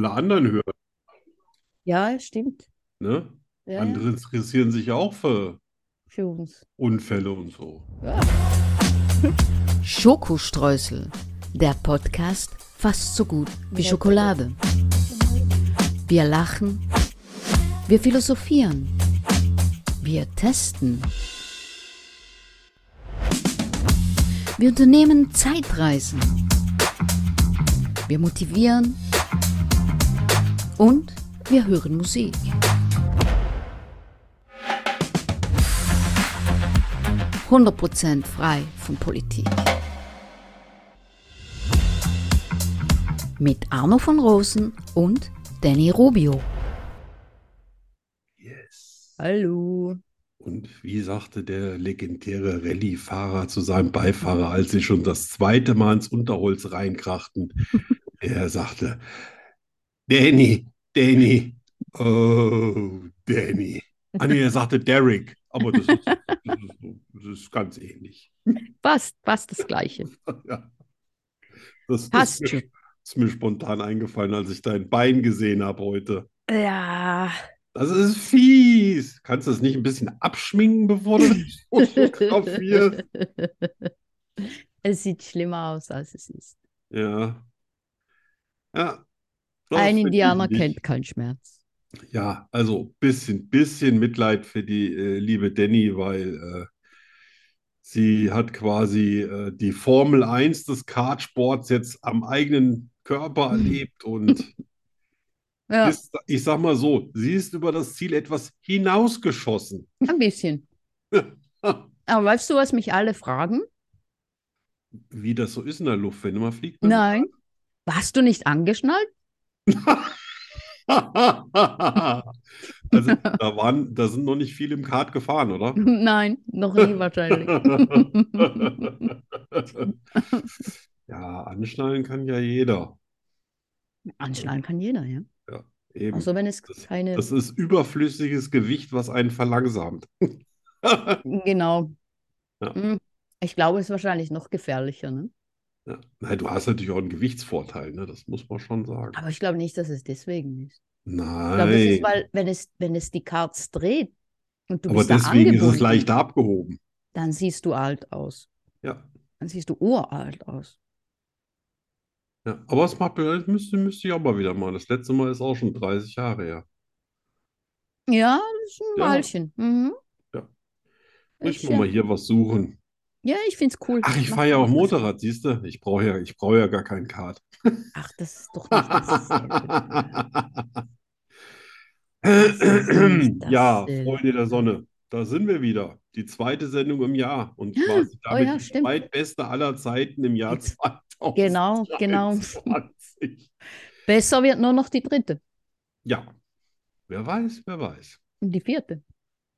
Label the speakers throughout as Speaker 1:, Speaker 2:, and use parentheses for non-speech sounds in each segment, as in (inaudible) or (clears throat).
Speaker 1: alle anderen hören,
Speaker 2: Ja, stimmt.
Speaker 1: ne?
Speaker 2: Ja, ja.
Speaker 1: Andere interessieren sich auch für
Speaker 2: Für uns.
Speaker 1: Unfälle und so.
Speaker 2: Ja.
Speaker 3: Schokostreusel, der Podcast fast so gut wie Schokolade. Wir lachen, wir philosophieren, wir testen. Wir unternehmen Zeitreisen. Wir motivieren und wir hören Musik. Prozent frei von Politik. Mit Arno von Rosen und Danny Rubio.
Speaker 1: Yes.
Speaker 2: Hallo.
Speaker 1: Und wie sagte der legendäre Rallye-Fahrer zu seinem Beifahrer, als sie schon das zweite Mal ins Unterholz reinkrachten?
Speaker 2: (laughs)
Speaker 1: er sagte: Danny, Danny, oh, Danny. Ah, nee, er sagte Derek, aber das ist, das ist, das ist ganz ähnlich.
Speaker 2: Passt, passt
Speaker 1: (laughs)
Speaker 2: das Gleiche.
Speaker 1: Ja. Das, das
Speaker 2: Passt
Speaker 1: ist, mir,
Speaker 2: schon.
Speaker 1: ist mir spontan eingefallen, als ich dein Bein gesehen habe heute.
Speaker 2: Ja.
Speaker 1: Das ist fies. Kannst du das nicht ein bisschen abschminken, bevor du
Speaker 2: (laughs)
Speaker 1: dich fotografierst?
Speaker 2: Es sieht schlimmer aus, als es ist.
Speaker 1: Ja. Ja. Das
Speaker 2: Ein
Speaker 1: verdienen
Speaker 2: Indianer
Speaker 1: dich.
Speaker 2: kennt keinen Schmerz.
Speaker 1: Ja, also bisschen, bisschen Mitleid für die äh, liebe Danny, weil äh, sie hat quasi äh, die Formel 1 des Kartsports jetzt am eigenen Körper
Speaker 2: Hm.
Speaker 1: erlebt und
Speaker 2: Ja,
Speaker 1: ist, ich sag mal so, sie ist über das Ziel etwas hinausgeschossen.
Speaker 2: ein bisschen. Aber weißt du, was mich alle fragen?
Speaker 1: Wie das so ist in der Luft, wenn man fliegt. ne?
Speaker 2: Nein. Warst du nicht angeschnallt? (laughs) Ne.
Speaker 1: (laughs) Also, da waren, da sind noch nicht viele im Kart gefahren,
Speaker 2: (laughs)
Speaker 1: oder?
Speaker 2: Nein,
Speaker 1: (laughs)
Speaker 2: noch nie wahrscheinlich.
Speaker 1: Ja, anschnallen kann ja jeder.
Speaker 2: Anschnallen kann jeder, ja.
Speaker 1: Eben.
Speaker 2: Also wenn es
Speaker 1: Das-
Speaker 2: keine.
Speaker 1: Das ist überflüssiges Gewicht, was einen verlangsamt.
Speaker 2: Genau.
Speaker 1: Ja.
Speaker 2: Hm. Ich glaube, es ist wahrscheinlich noch gefährlicher, ne?
Speaker 1: Ja. Nein, du hast natürlich auch einen Gewichtsvorteil, ne? Das muss man schon sagen.
Speaker 2: Aber ich glaube nicht, dass es deswegen ist. Ich glaube, das
Speaker 1: Nein,
Speaker 2: ist, weil, wenn es, wenn es die Cards dreht und du
Speaker 1: aber
Speaker 2: bist da
Speaker 1: deswegen ist es
Speaker 2: angebunden,
Speaker 1: leichter abgehoben.
Speaker 2: dann siehst du alt aus.
Speaker 1: Ja,
Speaker 2: Dann siehst du uralt aus.
Speaker 1: ja. Aber es macht, das müsste, müsste ich auch mal wieder machen. Das letzte Mal ist auch schon 30 Jahre her.
Speaker 2: Ja, das ist ein
Speaker 1: Ja.
Speaker 2: Weilchen. Mhm.
Speaker 1: Ja.
Speaker 2: Ich,
Speaker 1: Muss ich
Speaker 2: ja,
Speaker 1: mal mal hier was suchen.
Speaker 2: ja, ich finde es cool.
Speaker 1: Ach, ich
Speaker 2: Macht-
Speaker 1: fahre ja auch
Speaker 2: macht Spaß.
Speaker 1: Motorrad, siehst du? Ich brauche ja, ich brauche ja gar keinen Kart.
Speaker 2: Ach, das ist doch nicht (laughs) das.
Speaker 1: (laughs)
Speaker 2: nicht das
Speaker 1: Ja,
Speaker 2: Sinn.
Speaker 1: Freunde der Sonne, da sind wir wieder. Die zweite Sendung im Jahr und
Speaker 2: Ja,
Speaker 1: quasi
Speaker 2: oh
Speaker 1: damit
Speaker 2: ja,
Speaker 1: die
Speaker 2: stimmt.
Speaker 1: zweitbeste aller Zeiten im (laughs) Jahr
Speaker 2: Jetzt-
Speaker 1: 2023.
Speaker 2: Genau, genau. Besser wird nur noch die dritte
Speaker 1: Ja, wer weiß, wer weiß.
Speaker 2: und die vierte.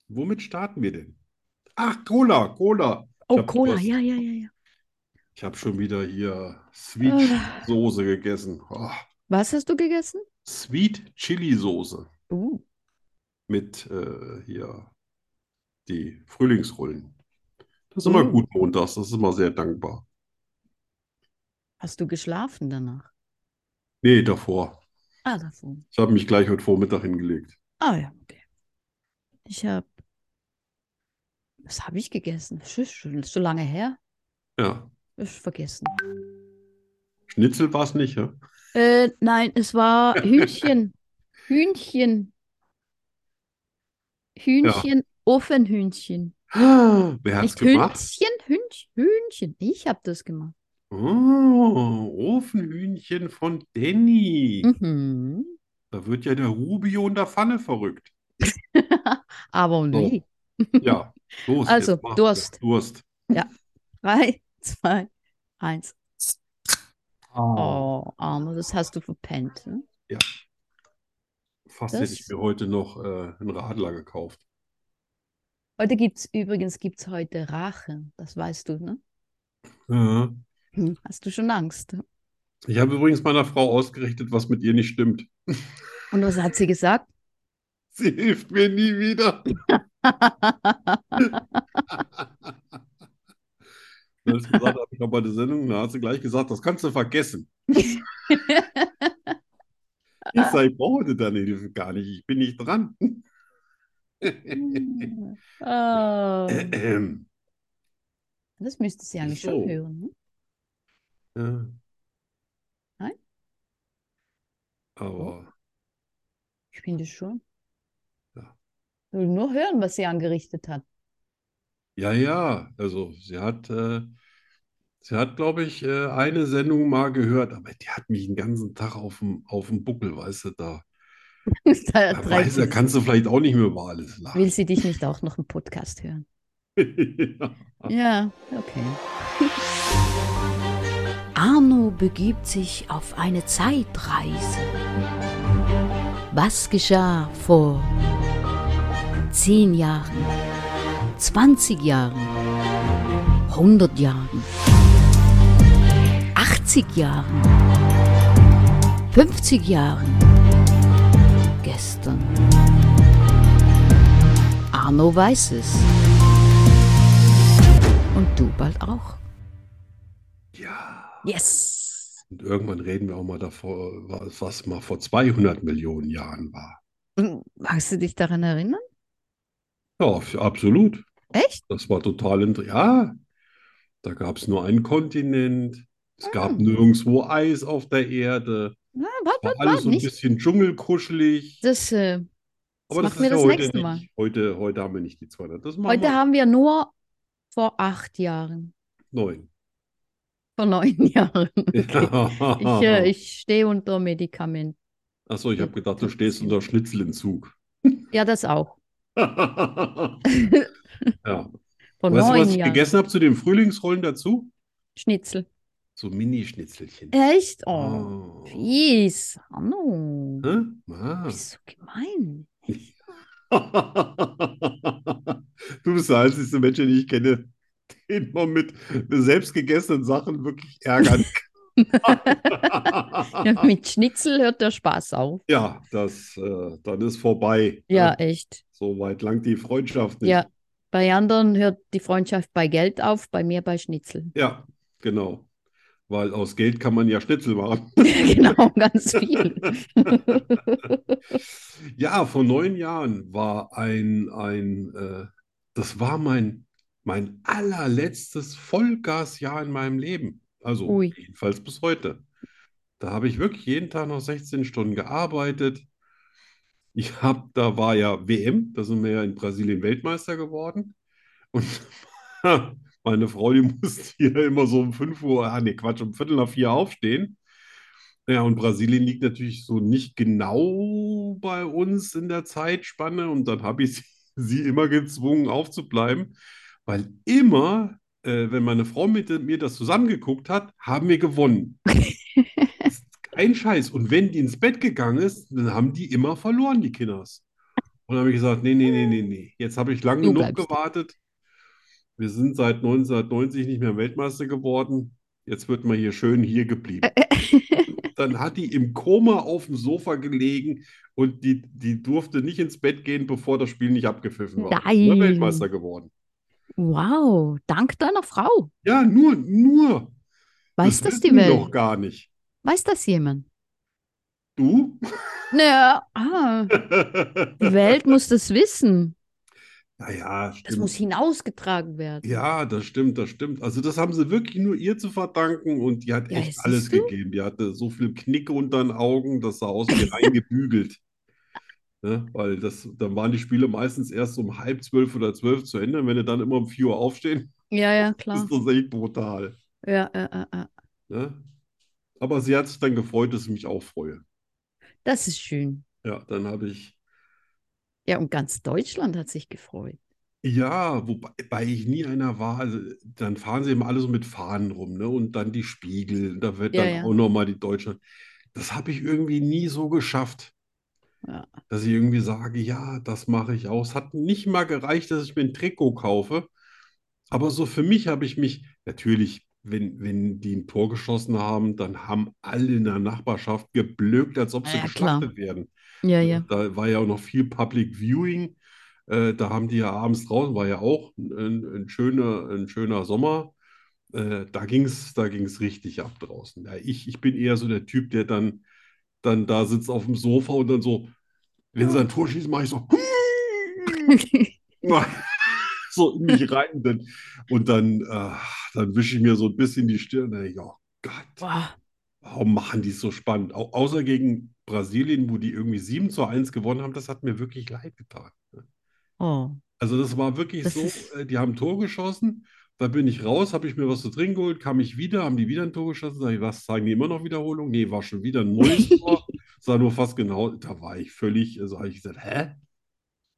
Speaker 1: Womit starten wir denn? Ach, Cola, Cola. Ich
Speaker 2: Oh,
Speaker 1: hab
Speaker 2: Cola,
Speaker 1: sowas-
Speaker 2: ja, ja, ja,
Speaker 1: Ich habe schon wieder hier Sweet
Speaker 2: Ah.
Speaker 1: Chili Soße gegessen. Oh,
Speaker 2: Was hast du gegessen?
Speaker 1: Sweet Chili Soße
Speaker 2: Uh,
Speaker 1: mit äh, hier die Frühlingsrollen. Das ist immer
Speaker 2: Mm.
Speaker 1: gut montags, das ist immer sehr dankbar.
Speaker 2: hast du geschlafen danach?
Speaker 1: Nee, davor.
Speaker 2: Ah, davon.
Speaker 1: Ich habe mich gleich heute Vormittag hingelegt.
Speaker 2: Ah ja, okay. Ich habe, was habe ich gegessen? Das ist schon so lange her.
Speaker 1: Ja.
Speaker 2: Ich vergessen.
Speaker 1: Schnitzel war es nicht,
Speaker 2: (gasps)
Speaker 1: ja?
Speaker 2: Äh, nein, es war Hühnchen. (laughs) Hühnchen. Hühnchen, Ofenhühnchen.
Speaker 1: Wer hat's
Speaker 2: Nicht
Speaker 1: gemacht?
Speaker 2: Hühnchen, Hühnchen, Hühnchen. Ich habe das gemacht.
Speaker 1: Oh, Ofenhühnchen von Danny.
Speaker 2: Mhm.
Speaker 1: Da wird ja der Rubio in der Pfanne verrückt.
Speaker 2: Aber und
Speaker 1: So.
Speaker 2: wie?
Speaker 1: Ja, los,
Speaker 2: Also,
Speaker 1: jetzt mach.
Speaker 2: Durst.
Speaker 1: Durst.
Speaker 2: (laughs) Drei, zwei, eins.
Speaker 1: Ah,
Speaker 2: Oh, Arno, das hast du verpennt. Ne?
Speaker 1: fast hätte
Speaker 2: das-
Speaker 1: ich mir heute noch äh, einen Radler gekauft.
Speaker 2: Heute gibt's übrigens gibt's heute Rache. Das weißt du, ne?
Speaker 1: Ja.
Speaker 2: Hm, Hast du schon Angst?
Speaker 1: Ich habe übrigens meiner Frau ausgerichtet, was mit ihr nicht stimmt. (laughs)
Speaker 2: Und was hat sie gesagt?
Speaker 1: Sie hilft mir nie
Speaker 2: (laughs)
Speaker 1: wieder. Als ich gesagt habe, ich habe
Speaker 2: (laughs)
Speaker 1: eine Sendung, da hat sie gleich gesagt, das kannst du vergessen. Ich sage, ich brauche deine Hilfe gar nicht, ich bin nicht dran. (laughs)
Speaker 2: Hm.
Speaker 1: Äh,
Speaker 2: Ah,
Speaker 1: Ähm,
Speaker 2: das müsste sie eigentlich
Speaker 1: So.
Speaker 2: schon hören. Ne?
Speaker 1: ja.
Speaker 2: Nein?
Speaker 1: Aber
Speaker 2: Ich finde schon.
Speaker 1: Ja.
Speaker 2: Ich will nur hören, was sie angerichtet hat. (laughs)
Speaker 1: ja, ja, also sie hat, äh, sie hat, glaube ich, äh, eine Sendung mal gehört, aber die hat mich den ganzen Tag auf dem, auf dem Buckel, weißt du, da.
Speaker 2: Da
Speaker 1: Da
Speaker 2: treibt
Speaker 1: weiß, da
Speaker 2: sie-
Speaker 1: kannst du vielleicht auch nicht mehr über alles
Speaker 2: Äh, Will
Speaker 1: lachen.
Speaker 2: sie dich nicht auch noch im Podcast hören?
Speaker 1: Ja.
Speaker 2: Ja, okay.
Speaker 3: Arno begibt sich auf eine Zeitreise. Was geschah vor 10 Jahren, 20 Jahren, 100 Jahren, 80 Jahren, 50 Jahren, gestern? Arno weiß es. Und du bald auch.
Speaker 1: (laughs) Ja.
Speaker 2: Yes!
Speaker 1: Und irgendwann reden wir auch mal davor, was, was mal vor 200 Millionen Jahren war.
Speaker 2: Magst du dich daran erinnern?
Speaker 1: Ja, absolut.
Speaker 2: Echt?
Speaker 1: Das war total interessant. Ja, da gab es nur einen Kontinent. Es gab
Speaker 2: Ah.
Speaker 1: nirgendwo Eis auf der Erde.
Speaker 2: Na, warte,
Speaker 1: War
Speaker 2: warte,
Speaker 1: alles
Speaker 2: warte.
Speaker 1: so ein
Speaker 2: Nicht.
Speaker 1: bisschen dschungelkuschelig.
Speaker 2: Das, äh,
Speaker 1: Aber das
Speaker 2: machen
Speaker 1: ist
Speaker 2: wir
Speaker 1: ja
Speaker 2: das
Speaker 1: heute
Speaker 2: nächste Mal.
Speaker 1: nicht. Heute, heute haben wir nicht die 200. Das machen
Speaker 2: heute
Speaker 1: wir
Speaker 2: haben wir nur vor acht Jahren,
Speaker 1: neun.
Speaker 2: vor neun (laughs) Jahren. (laughs) Ich,
Speaker 1: Ja.
Speaker 2: äh, ich stehe unter Medikamenten.
Speaker 1: Achso, ich habe gedacht, du stehst unter Schnitzelentzug.
Speaker 2: (laughs) Ja, das auch.
Speaker 1: Ja.
Speaker 2: Vor
Speaker 1: Weißt du,
Speaker 2: neun
Speaker 1: was ich
Speaker 2: Jahren.
Speaker 1: gegessen habe zu den Frühlingsrollen dazu?
Speaker 2: Schnitzel.
Speaker 1: So Mini-Schnitzelchen.
Speaker 2: Echt? Oh,
Speaker 1: Oh.
Speaker 2: fies. Ah, Anno.
Speaker 1: Hä? Ah.
Speaker 2: Bist so gemein.
Speaker 1: (laughs) Du bist der einzige Mensch, den ich kenne, den man mit selbstgegessenen Sachen wirklich ärgern
Speaker 2: (laughs) Ja,
Speaker 1: kann.
Speaker 2: (laughs) mit Schnitzel hört der Spaß auf.
Speaker 1: (laughs) Ja, das, äh, dann ist vorbei.
Speaker 2: Ja,
Speaker 1: Ne?
Speaker 2: echt.
Speaker 1: So weit langt die Freundschaft nicht.
Speaker 2: Ja. Bei anderen hört die Freundschaft bei Geld auf, bei mir bei
Speaker 1: (laughs)
Speaker 2: Schnitzel. (laughs)
Speaker 1: Ja, genau. Weil aus Geld kann man ja Schnitzel machen. (laughs)
Speaker 2: Genau, ganz viel.
Speaker 1: Ja, vor neun Jahren war ein, ein äh, das war mein, mein allerletztes Vollgasjahr in meinem Leben. Also
Speaker 2: Ui.
Speaker 1: jedenfalls bis heute. Da habe ich wirklich jeden Tag noch 16 Stunden gearbeitet. Ich habe, da war ja WM, da sind wir ja in Brasilien Weltmeister geworden. Und (laughs) meine Frau, die (laughs) musste hier immer so um 5 Uhr, ah nee, Quatsch, um Viertel nach vier aufstehen. Ja, und Brasilien liegt natürlich so nicht genau bei uns in der Zeitspanne. Und dann habe ich (laughs) sie, sie immer gezwungen aufzubleiben, weil immer, äh, wenn meine Frau mit mir das zusammengeguckt hat, haben wir
Speaker 2: (laughs)
Speaker 1: gewonnen. Das ist kein Scheiß. Und wenn die ins Bett gegangen ist, dann haben die immer verloren, die Kinders. Und dann habe ich gesagt, nee, nee, nee, nee, nee. Jetzt habe ich lange
Speaker 2: Du
Speaker 1: genug
Speaker 2: bleibst.
Speaker 1: gewartet. Wir sind seit 1990 nicht mehr Weltmeister geworden. Jetzt wird man hier schön hier geblieben.
Speaker 2: (laughs)
Speaker 1: Dann hat die im Koma auf dem Sofa gelegen und die, die durfte nicht ins Bett gehen, bevor das Spiel nicht abgepfiffen war.
Speaker 2: Nein.
Speaker 1: Nur Weltmeister geworden.
Speaker 2: Wow, dank deiner Frau.
Speaker 1: Ja, nur, nur.
Speaker 2: Weiß das,
Speaker 1: das
Speaker 2: die
Speaker 1: wissen die
Speaker 2: Welt?
Speaker 1: doch gar nicht.
Speaker 2: Weiß das jemand?
Speaker 1: Du? (laughs)
Speaker 2: Naja, ah, die Welt muss das wissen.
Speaker 1: Naja,
Speaker 2: Das
Speaker 1: stimmt.
Speaker 2: muss hinausgetragen werden.
Speaker 1: Ja, das stimmt, das stimmt. Also das haben sie wirklich nur ihr zu verdanken und die hat
Speaker 2: Ja,
Speaker 1: echt
Speaker 2: siehst
Speaker 1: alles
Speaker 2: du?
Speaker 1: gegeben. Die hatte so viel Knick unter den Augen, das sah aus wie reingebügelt. Ne? Weil das, dann waren die Spiele meistens erst um halb zwölf oder zwölf zu Ende. Und wenn du dann immer um vier Uhr aufstehen, (laughs)
Speaker 2: Ja, ja,
Speaker 1: ist
Speaker 2: klar.
Speaker 1: das echt brutal.
Speaker 2: Ja, ja, ja, ja.
Speaker 1: Ne? Aber sie hat sich dann gefreut, dass ich mich auch freue.
Speaker 2: Das ist schön.
Speaker 1: Ja, dann habe ich.
Speaker 2: Ja, und ganz Deutschland hat sich gefreut.
Speaker 1: Ja, wobei wobei ich nie einer war. Also, dann fahren sie immer alle so mit Fahnen rum, ne? Und dann die Spiegel, und da wird
Speaker 2: Ja,
Speaker 1: dann
Speaker 2: ja.
Speaker 1: auch nochmal die Deutschland. Das habe ich irgendwie nie so geschafft,
Speaker 2: Ja.
Speaker 1: dass ich irgendwie sage, ja, das mache ich auch. Es hat nicht mal gereicht, dass ich mir ein Trikot kaufe. Aber so für mich habe ich mich, natürlich, wenn, wenn die ein Tor geschossen haben, dann haben alle in der Nachbarschaft geblökt, als ob sie
Speaker 2: Ja, klar.
Speaker 1: geschlachtet werden.
Speaker 2: Ja, ja.
Speaker 1: Äh, Da war ja auch noch viel Public Viewing. Äh, da haben die ja abends draußen, war ja auch ein, ein schöner, ein schöner Sommer. Äh, da ging es da ging's richtig ab draußen. Ja, ich, ich bin eher so der Typ, der dann dann da sitzt auf dem Sofa und dann so, wenn sie ein Tor schießen, mache ich so, (laughs) so in mich rein. Und dann, und dann, äh, dann wische ich mir so ein bisschen die Stirn. Dann denk ich, oh Gott,
Speaker 2: Boah,
Speaker 1: warum machen die es so spannend? Au außer gegen Brasilien, wo die irgendwie 7 zu 1 gewonnen haben, das hat mir wirklich leid getan.
Speaker 2: (laughs)
Speaker 1: ne?
Speaker 2: oh.
Speaker 1: Also das war wirklich
Speaker 2: Das
Speaker 1: so,
Speaker 2: ist-
Speaker 1: äh, die haben ein Tor geschossen, da bin ich raus, habe ich mir was zu trinken geholt, kam ich wieder, haben die wieder ein Tor geschossen, sag ich, was, sagen die immer noch Wiederholung? Nee, war schon wieder ein
Speaker 2: (laughs)
Speaker 1: neues Tor, sah nur fast genau, da war ich völlig, also habe ich gesagt, hä?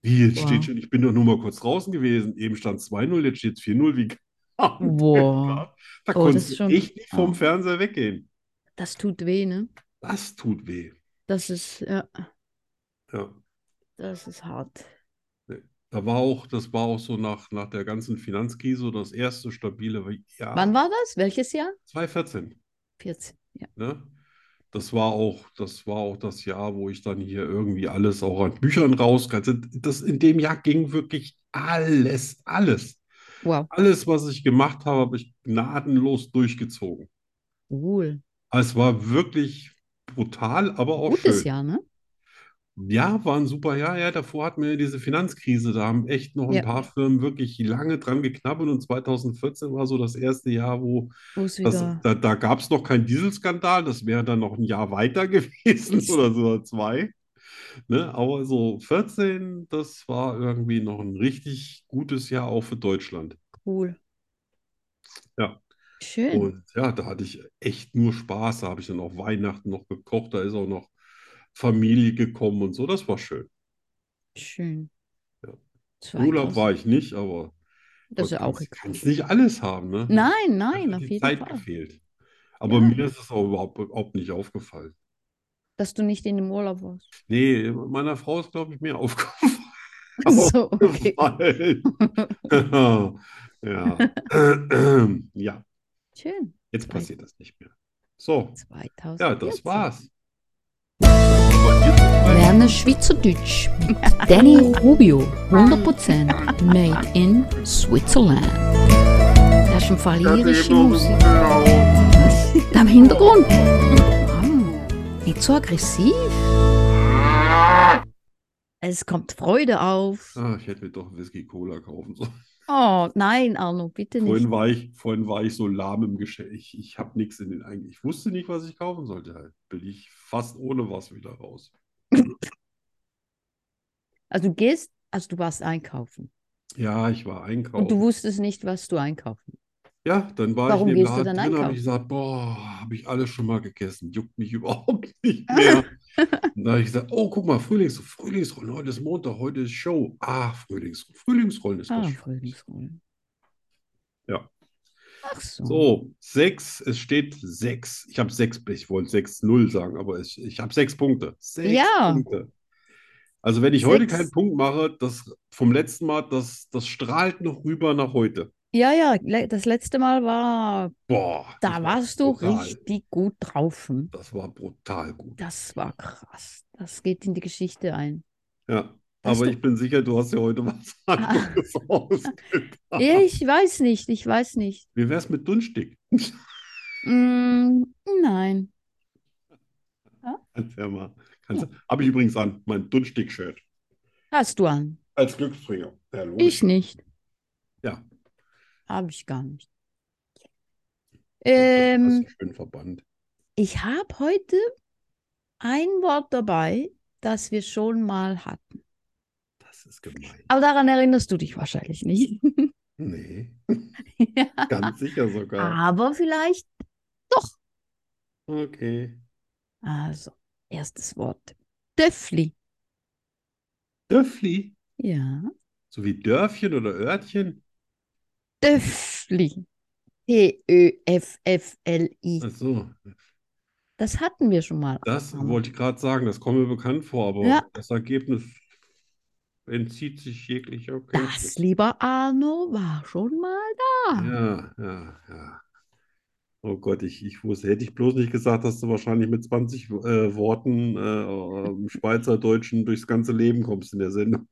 Speaker 1: Wie, jetzt
Speaker 2: Wow.
Speaker 1: steht schon, ich bin doch nur mal kurz draußen gewesen, eben stand 2-0, jetzt steht 4-0, wie kam das?
Speaker 2: Boah.
Speaker 1: Da
Speaker 2: Oh, das
Speaker 1: konntest
Speaker 2: ist
Speaker 1: du
Speaker 2: schon-
Speaker 1: echt nicht vom
Speaker 2: Ah.
Speaker 1: Fernseher weggehen.
Speaker 2: Das tut weh, ne?
Speaker 1: Das tut weh.
Speaker 2: Das ist, ja,
Speaker 1: Ja.
Speaker 2: das ist hart.
Speaker 1: Da war auch, das war auch so nach, nach der ganzen Finanzkrise das erste stabile Jahr.
Speaker 2: Wann war das? Welches Jahr?
Speaker 1: 2014.
Speaker 2: 14. Ja.
Speaker 1: Ne? Das war auch, das war auch das Jahr, wo ich dann hier irgendwie alles auch an Büchern rauskannte. Das in dem Jahr ging wirklich alles, alles.
Speaker 2: Wow,
Speaker 1: Alles, was ich gemacht habe, habe ich gnadenlos durchgezogen.
Speaker 2: cool.
Speaker 1: Es war wirklich brutal, aber auch
Speaker 2: Gutes
Speaker 1: Oh, schön.
Speaker 2: Jahr, ne? Mhm.
Speaker 1: Ja, war ein super Jahr. Ja, davor hatten wir ja diese Finanzkrise. Da haben echt noch ein
Speaker 2: Ja.
Speaker 1: paar Firmen wirklich lange dran geknabbert. Und 2014 war so das erste Jahr, wo
Speaker 2: Wo es
Speaker 1: das,
Speaker 2: wieder.
Speaker 1: da, da gab es noch keinen Dieselskandal. Das wäre dann noch ein Jahr weiter (laughs) gewesen oder sogar zwei. Ne? Aber so 14, das war irgendwie noch ein richtig gutes Jahr auch für Deutschland.
Speaker 2: Cool.
Speaker 1: Ja.
Speaker 2: Schön.
Speaker 1: Und ja, da hatte ich echt nur Spaß. Da habe ich dann auch Weihnachten noch gekocht. Da ist auch noch Familie gekommen und so. Das war schön.
Speaker 2: Schön.
Speaker 1: Ja.
Speaker 2: Das war
Speaker 1: Urlaub
Speaker 2: krass.
Speaker 1: war ich nicht, aber.
Speaker 2: Das ist ja auch egal.
Speaker 1: Kannst nicht alles haben, ne?
Speaker 2: Nein,
Speaker 1: Mir hat
Speaker 2: nein, auf
Speaker 1: die
Speaker 2: jeden
Speaker 1: Zeit
Speaker 2: Fall.
Speaker 1: gefehlt. Aber
Speaker 2: Ja.
Speaker 1: mir ist es auch überhaupt, überhaupt nicht aufgefallen.
Speaker 2: Dass du nicht in dem Urlaub warst.
Speaker 1: (laughs) Nee, meiner Frau ist, glaube ich, (laughs) mir aufgefallen.
Speaker 2: (laughs) So, okay.
Speaker 1: ja. (clears throat) ja,
Speaker 2: Schön.
Speaker 1: jetzt passiert das nicht mehr. So,
Speaker 2: 2000.
Speaker 1: ja, das war's.
Speaker 3: Lerne Schweizerdeutsch mit Danny Rubio. 100% made in Switzerland. Das ist im Fall irische Musik. Da im Hintergrund. Ah, nicht so aggressiv.
Speaker 2: Es kommt Freude auf.
Speaker 1: Ah, ich hätte mir doch Whisky Cola kaufen sollen.
Speaker 2: Oh, nein, Arno, bitte nicht.
Speaker 1: Vorhin war ich, vorhin war ich so lahm im Geschäft. Ich, ich habe nichts in den Eigentlich. Ich wusste nicht, was ich kaufen sollte. Halt. Bin ich fast ohne was wieder raus.
Speaker 2: Also du gehst, also du warst einkaufen.
Speaker 1: Ja, ich war
Speaker 2: Und du
Speaker 1: einkaufen.
Speaker 2: wusstest nicht, was du einkaufen.
Speaker 1: Ja, dann war
Speaker 2: Warum
Speaker 1: ich in dem
Speaker 2: gehst du
Speaker 1: Laden
Speaker 2: dann
Speaker 1: drin, habe
Speaker 2: einkaufen?
Speaker 1: ich gesagt, boah, habe ich alles schon mal gegessen, juckt mich (laughs) überhaupt
Speaker 2: Ah.
Speaker 1: nicht
Speaker 2: (laughs)
Speaker 1: mehr. Und da habe ich gesagt, oh, guck mal, Frühlings, Frühlingsrollen, heute ist Montag, heute ist Show. Ah, Frühlings, Frühlingsrollen ist
Speaker 2: Ah,
Speaker 1: das.
Speaker 2: Frühlingsrollen.
Speaker 1: Ja.
Speaker 2: Ach so.
Speaker 1: So, sechs, es steht sechs. Ich habe sechs, ich wollte sechs null sagen, aber es, ich habe sechs Punkte. Sechs
Speaker 2: Ja.
Speaker 1: Punkte. Also wenn ich heute
Speaker 2: Sechs.
Speaker 1: keinen Punkt mache, das vom letzten Mal, das, das strahlt noch rüber nach heute.
Speaker 2: Ja, ja, le- das letzte Mal war,
Speaker 1: Boah,
Speaker 2: da
Speaker 1: das war
Speaker 2: warst du
Speaker 1: brutal.
Speaker 2: richtig gut drauf. hm?
Speaker 1: Das war brutal gut.
Speaker 2: Das war krass. Das geht in die Geschichte ein.
Speaker 1: Ja,
Speaker 2: Hast
Speaker 1: aber
Speaker 2: du-
Speaker 1: ich bin sicher, du Ah. hast ja heute was (laughs) anderes ausgedacht.
Speaker 2: Ich weiß nicht, ich weiß nicht.
Speaker 1: Wie wär's mit Dunstig?
Speaker 2: Mm, nein.
Speaker 1: Kannst ja mal. Kannst, Habe ich übrigens an, mein Dunstig-Shirt.
Speaker 2: Hast du an?
Speaker 1: Als Glücksbringer. Ja, logisch.
Speaker 2: Ich nicht.
Speaker 1: Ja.
Speaker 2: Habe ich gar nicht.
Speaker 1: Das
Speaker 2: Ähm,
Speaker 1: ist schön verbannt.
Speaker 2: ich habe heute ein Wort dabei, das wir schon mal hatten.
Speaker 1: Das ist gemein.
Speaker 2: Aber daran erinnerst du dich wahrscheinlich nicht. (laughs)
Speaker 1: Nee, ganz sicher sogar.
Speaker 2: Aber vielleicht.
Speaker 1: Okay.
Speaker 2: Also, erstes Wort. Döffli.
Speaker 1: Dörfli.
Speaker 2: Ja.
Speaker 1: So wie Dörfchen oder Örtchen.
Speaker 2: Döffli. T-Ö-F-F-L-I.
Speaker 1: Ach so.
Speaker 2: Das hatten wir schon mal.
Speaker 1: Das
Speaker 2: Arno.
Speaker 1: wollte ich gerade sagen. Das kommt mir bekannt vor, aber
Speaker 2: Ja.
Speaker 1: das Ergebnis entzieht sich jeglicher Kenntnis.
Speaker 2: Das, lieber Arno, war schon (laughs) mal da.
Speaker 1: Ja, ja, ja. Oh Gott, ich, ich wusste, hätte ich bloß nicht gesagt, dass du wahrscheinlich mit 20 äh, Worten äh, im Schweizerdeutschen durchs ganze Leben kommst in der
Speaker 2: (laughs)
Speaker 1: Sendung.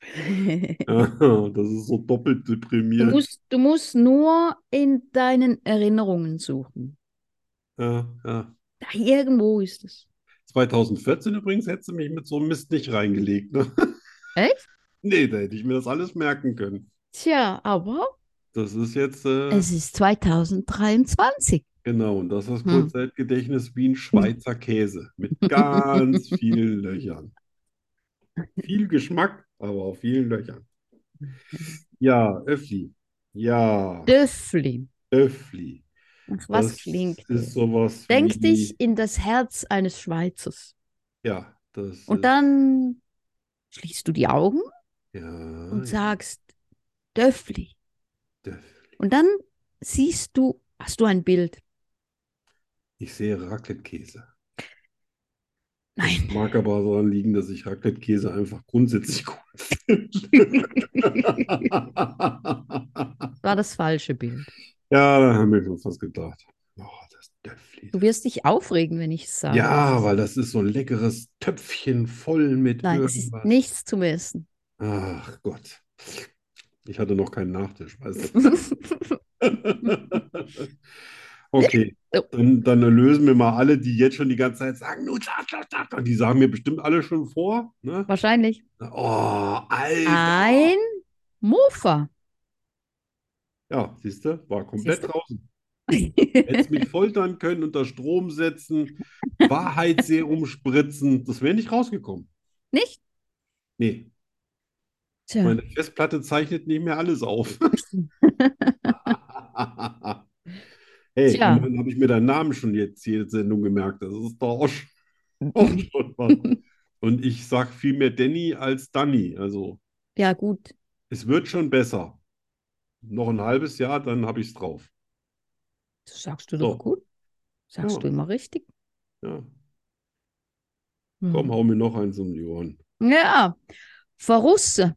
Speaker 1: Das ist so doppelt
Speaker 2: Du
Speaker 1: deprimierend.
Speaker 2: musst, du musst nur in deinen Erinnerungen suchen.
Speaker 1: Ja, ja.
Speaker 2: Da irgendwo ist es.
Speaker 1: Es 2014 übrigens hättest du mich mit so einem Mist nicht reingelegt. Ne?
Speaker 2: Echt?
Speaker 1: (laughs) Nee, da hätte ich mir das alles merken können.
Speaker 2: Tja, aber
Speaker 1: Das ist jetzt, äh,
Speaker 2: es ist 2023.
Speaker 1: genau, und das ist
Speaker 2: Hm.
Speaker 1: Kurzzeitgedächtnis wie ein Schweizer Käse mit
Speaker 2: (laughs)
Speaker 1: ganz vielen Löchern. Viel Geschmack, aber auf vielen Löchern. Ja, Öffli. Ja,
Speaker 2: Döffli.
Speaker 1: Öffli.
Speaker 2: Ach, was
Speaker 1: Das
Speaker 2: klingt
Speaker 1: ist
Speaker 2: dir?
Speaker 1: sowas
Speaker 2: Denk
Speaker 1: wie,
Speaker 2: dich in das Herz eines Schweizers.
Speaker 1: ja, das
Speaker 2: Und
Speaker 1: ist,
Speaker 2: dann schließt du die Augen
Speaker 1: Ah, ja,
Speaker 2: und
Speaker 1: ja,
Speaker 2: sagst Döffli.
Speaker 1: Döffli.
Speaker 2: Und dann siehst du, hast du ein Bild.
Speaker 1: Ich sehe Raclette-Käse.
Speaker 2: Nein.
Speaker 1: Mag aber daran liegen, dass ich Raclette-Käse einfach grundsätzlich
Speaker 2: (laughs)
Speaker 1: gut finde. (laughs)
Speaker 2: war das falsche Bild.
Speaker 1: Ja, da haben wir schon fast gedacht. Oh, das Döffli.
Speaker 2: Du wirst dich aufregen, wenn ich es sage.
Speaker 1: Ja, weil das ist so ein leckeres Töpfchen voll mit
Speaker 2: Nein, es ist
Speaker 1: irgendwas.
Speaker 2: nichts zum Essen. (laughs)
Speaker 1: Ach Gott. Ich hatte noch keinen Nachtisch,
Speaker 2: (laughs)
Speaker 1: weißt du.
Speaker 2: Nein,
Speaker 1: Okay,
Speaker 2: Oh.
Speaker 1: dann, dann lösen wir mal alle, die jetzt schon die ganze Zeit sagen, nur das, das, das. Und die sagen mir bestimmt alle schon vor. Ne?
Speaker 2: wahrscheinlich.
Speaker 1: Oh, Alter.
Speaker 2: Ein
Speaker 1: (laughs)
Speaker 2: Mofa.
Speaker 1: Ja, siehst du, war komplett
Speaker 2: Siehste?
Speaker 1: draußen. Hättest mich foltern können, unter Strom setzen, Wahrheitsserum spritzen. Das wäre nicht rausgekommen.
Speaker 2: Nicht?
Speaker 1: Nee,
Speaker 2: Tja.
Speaker 1: meine Festplatte zeichnet nicht mehr alles auf. (laughs) Hey,
Speaker 2: Tja.
Speaker 1: immerhin habe ich mir deinen Namen schon jetzt jede Sendung gemerkt. Das ist doch auch
Speaker 2: (laughs)
Speaker 1: schon, auch schon was. Und ich sage viel mehr Danny als Danny. Also,
Speaker 2: Ja, gut.
Speaker 1: es wird schon besser. Noch ein halbes Jahr, dann habe ich es drauf.
Speaker 2: Das sagst du
Speaker 1: So.
Speaker 2: doch gut. Sagst
Speaker 1: Ja.
Speaker 2: du immer richtig.
Speaker 1: Ja.
Speaker 2: Hm.
Speaker 1: Komm, hau mir noch eins um die
Speaker 2: (laughs)
Speaker 1: Ohren.
Speaker 2: Ja. Verrusse.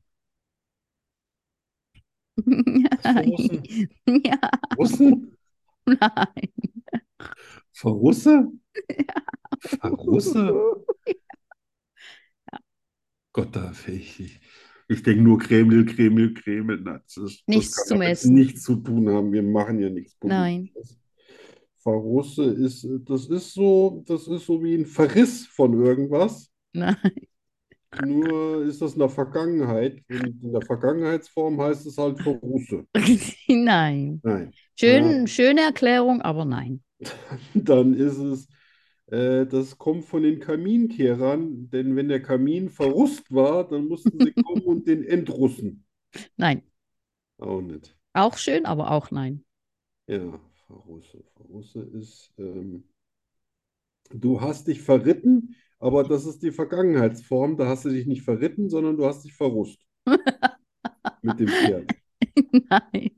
Speaker 1: Verrussen?
Speaker 2: (laughs) ja,
Speaker 1: Russen?
Speaker 2: nein. (laughs)
Speaker 1: Verrusse? Verrusse? Gott, da ich, ich denke nur Kreml, Kreml, Kreml. Na, das, ist-
Speaker 2: Nichts
Speaker 1: das
Speaker 2: zum
Speaker 1: kann ja mit
Speaker 2: Essen.
Speaker 1: nichts zu tun haben. Wir machen ja nichts
Speaker 2: Nein.
Speaker 1: Politisches. Verrusse ist, das ist so, das ist so wie ein Verriss von irgendwas.
Speaker 2: Nein. (laughs)
Speaker 1: Nur ist das in der Vergangenheit. Und in der Vergangenheitsform heißt es halt Verrusse.
Speaker 2: Nein.
Speaker 1: Nein.
Speaker 2: Schön, Schöne Erklärung, aber nein.
Speaker 1: (laughs) Dann ist es, äh, das kommt von den Kaminkehrern, denn wenn der Kamin verrust war, dann mussten sie kommen und den entrussen.
Speaker 2: Nein.
Speaker 1: Auch nicht.
Speaker 2: Auch schön, aber auch nein. (laughs)
Speaker 1: Ja, Verrusse. Verrusse ist, ähm, du hast dich verritten, aber das ist die Vergangenheitsform. Da hast du dich nicht verritten, sondern du hast dich verrust. Mit dem Pferd.
Speaker 2: Nein.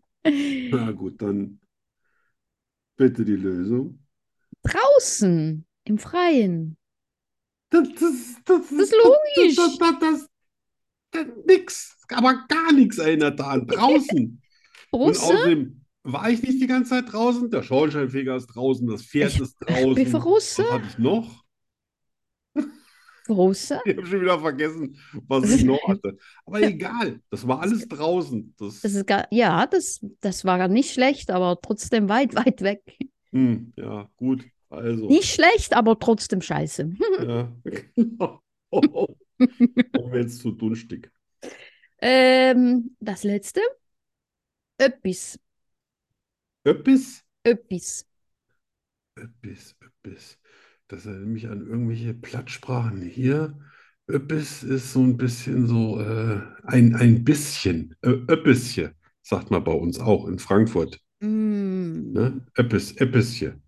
Speaker 1: Na gut, dann bitte die Lösung.
Speaker 2: Draußen, im Freien.
Speaker 1: Das, das, das
Speaker 2: Das ist
Speaker 1: Das, das,
Speaker 2: logisch.
Speaker 1: das, das, das, nix, aber gar nichts erinnert daran.
Speaker 2: (laughs)
Speaker 1: Draußen. Und
Speaker 2: Russe?
Speaker 1: außerdem war ich nicht die ganze Zeit draußen. Der Schornsteinfeger ist draußen, das Pferd
Speaker 2: Ich-
Speaker 1: ist draußen.
Speaker 2: bin Russe.
Speaker 1: Was hatte ich noch? (laughs)
Speaker 2: Russe?
Speaker 1: Ich habe schon wieder vergessen, was ich noch hatte.
Speaker 2: (laughs)
Speaker 1: Aber egal, das war alles draußen. Das,
Speaker 2: Das ist gar, ja, das, das war nicht schlecht, aber trotzdem weit, weit weg.
Speaker 1: hm, ja, gut. Also,
Speaker 2: Nicht schlecht, aber trotzdem scheiße. Hm. (laughs)
Speaker 1: ja. (laughs) Genau. Und jetzt zu dunstig.
Speaker 2: Ähm, das letzte. Öppis,
Speaker 1: Öppis?
Speaker 2: öppis.
Speaker 1: Öppis, Öppis. Das erinnert mich an irgendwelche Plattsprachen hier. Öppis ist so ein bisschen so äh, ein, ein bisschen. Ö, Öppische, sagt man bei uns auch in Frankfurt.
Speaker 2: Mm.
Speaker 1: Ne? Öppis, Öppische.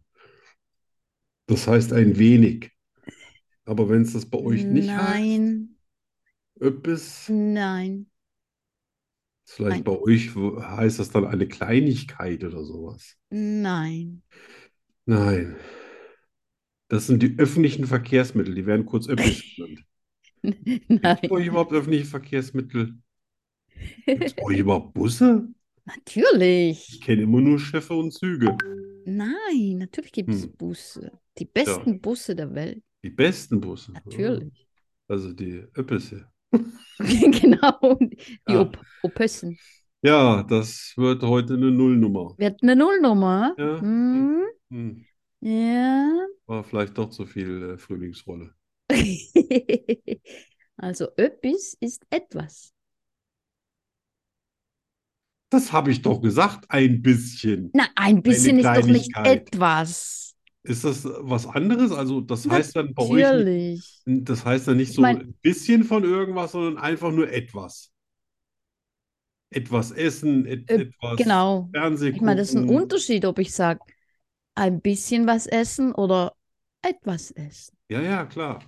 Speaker 1: Das heißt ein wenig. Aber wenn es das bei euch nicht heißt,
Speaker 2: Nein,
Speaker 1: Öppis,
Speaker 2: nein.
Speaker 1: ist vielleicht
Speaker 2: Nein.
Speaker 1: bei euch w- heißt das dann eine Kleinigkeit oder sowas.
Speaker 2: Nein.
Speaker 1: Nein. Das sind die öffentlichen Verkehrsmittel, die werden kurz Öppis
Speaker 2: (laughs)
Speaker 1: genannt. Gibt es bei euch
Speaker 2: (laughs) Nein.
Speaker 1: überhaupt öffentliche
Speaker 2: (laughs)
Speaker 1: Verkehrsmittel? Gibt es bei euch überhaupt Busse? Ich
Speaker 2: Natürlich.
Speaker 1: kenne immer nur Schiffe und Züge.
Speaker 2: Nein, natürlich gibt es
Speaker 1: Hm.
Speaker 2: Busse. Die besten Busse der Welt.
Speaker 1: Die besten Busse. (laughs)
Speaker 2: Natürlich.
Speaker 1: Also die Öppisse.
Speaker 2: (laughs) Genau. Die
Speaker 1: Ja.
Speaker 2: Op Opössen.
Speaker 1: Ja, das wird heute eine Nullnummer.
Speaker 2: Wir hatten eine Nullnummer.
Speaker 1: Ja.
Speaker 2: Hm.
Speaker 1: Hm,
Speaker 2: Ja.
Speaker 1: war vielleicht doch zu viel äh, Frühlingsrolle.
Speaker 2: (laughs) also öppis ist etwas.
Speaker 1: Das habe ich doch gesagt, ein bisschen.
Speaker 2: Na, ein bisschen ist doch nicht
Speaker 1: Kleinigkeit.
Speaker 2: etwas.
Speaker 1: Ist das was anderes? Also, das heißt dann bei euch,
Speaker 2: Natürlich.
Speaker 1: das heißt dann nicht
Speaker 2: Ich
Speaker 1: so
Speaker 2: mein-
Speaker 1: ein bisschen von irgendwas, sondern einfach nur etwas. Etwas essen, et
Speaker 2: Äh,
Speaker 1: etwas
Speaker 2: Genau.
Speaker 1: Fernsehen
Speaker 2: Ich meine, das ist ein
Speaker 1: gucken.
Speaker 2: Unterschied, ob ich sage, ein bisschen was essen oder etwas essen.
Speaker 1: Ja, ja, klar.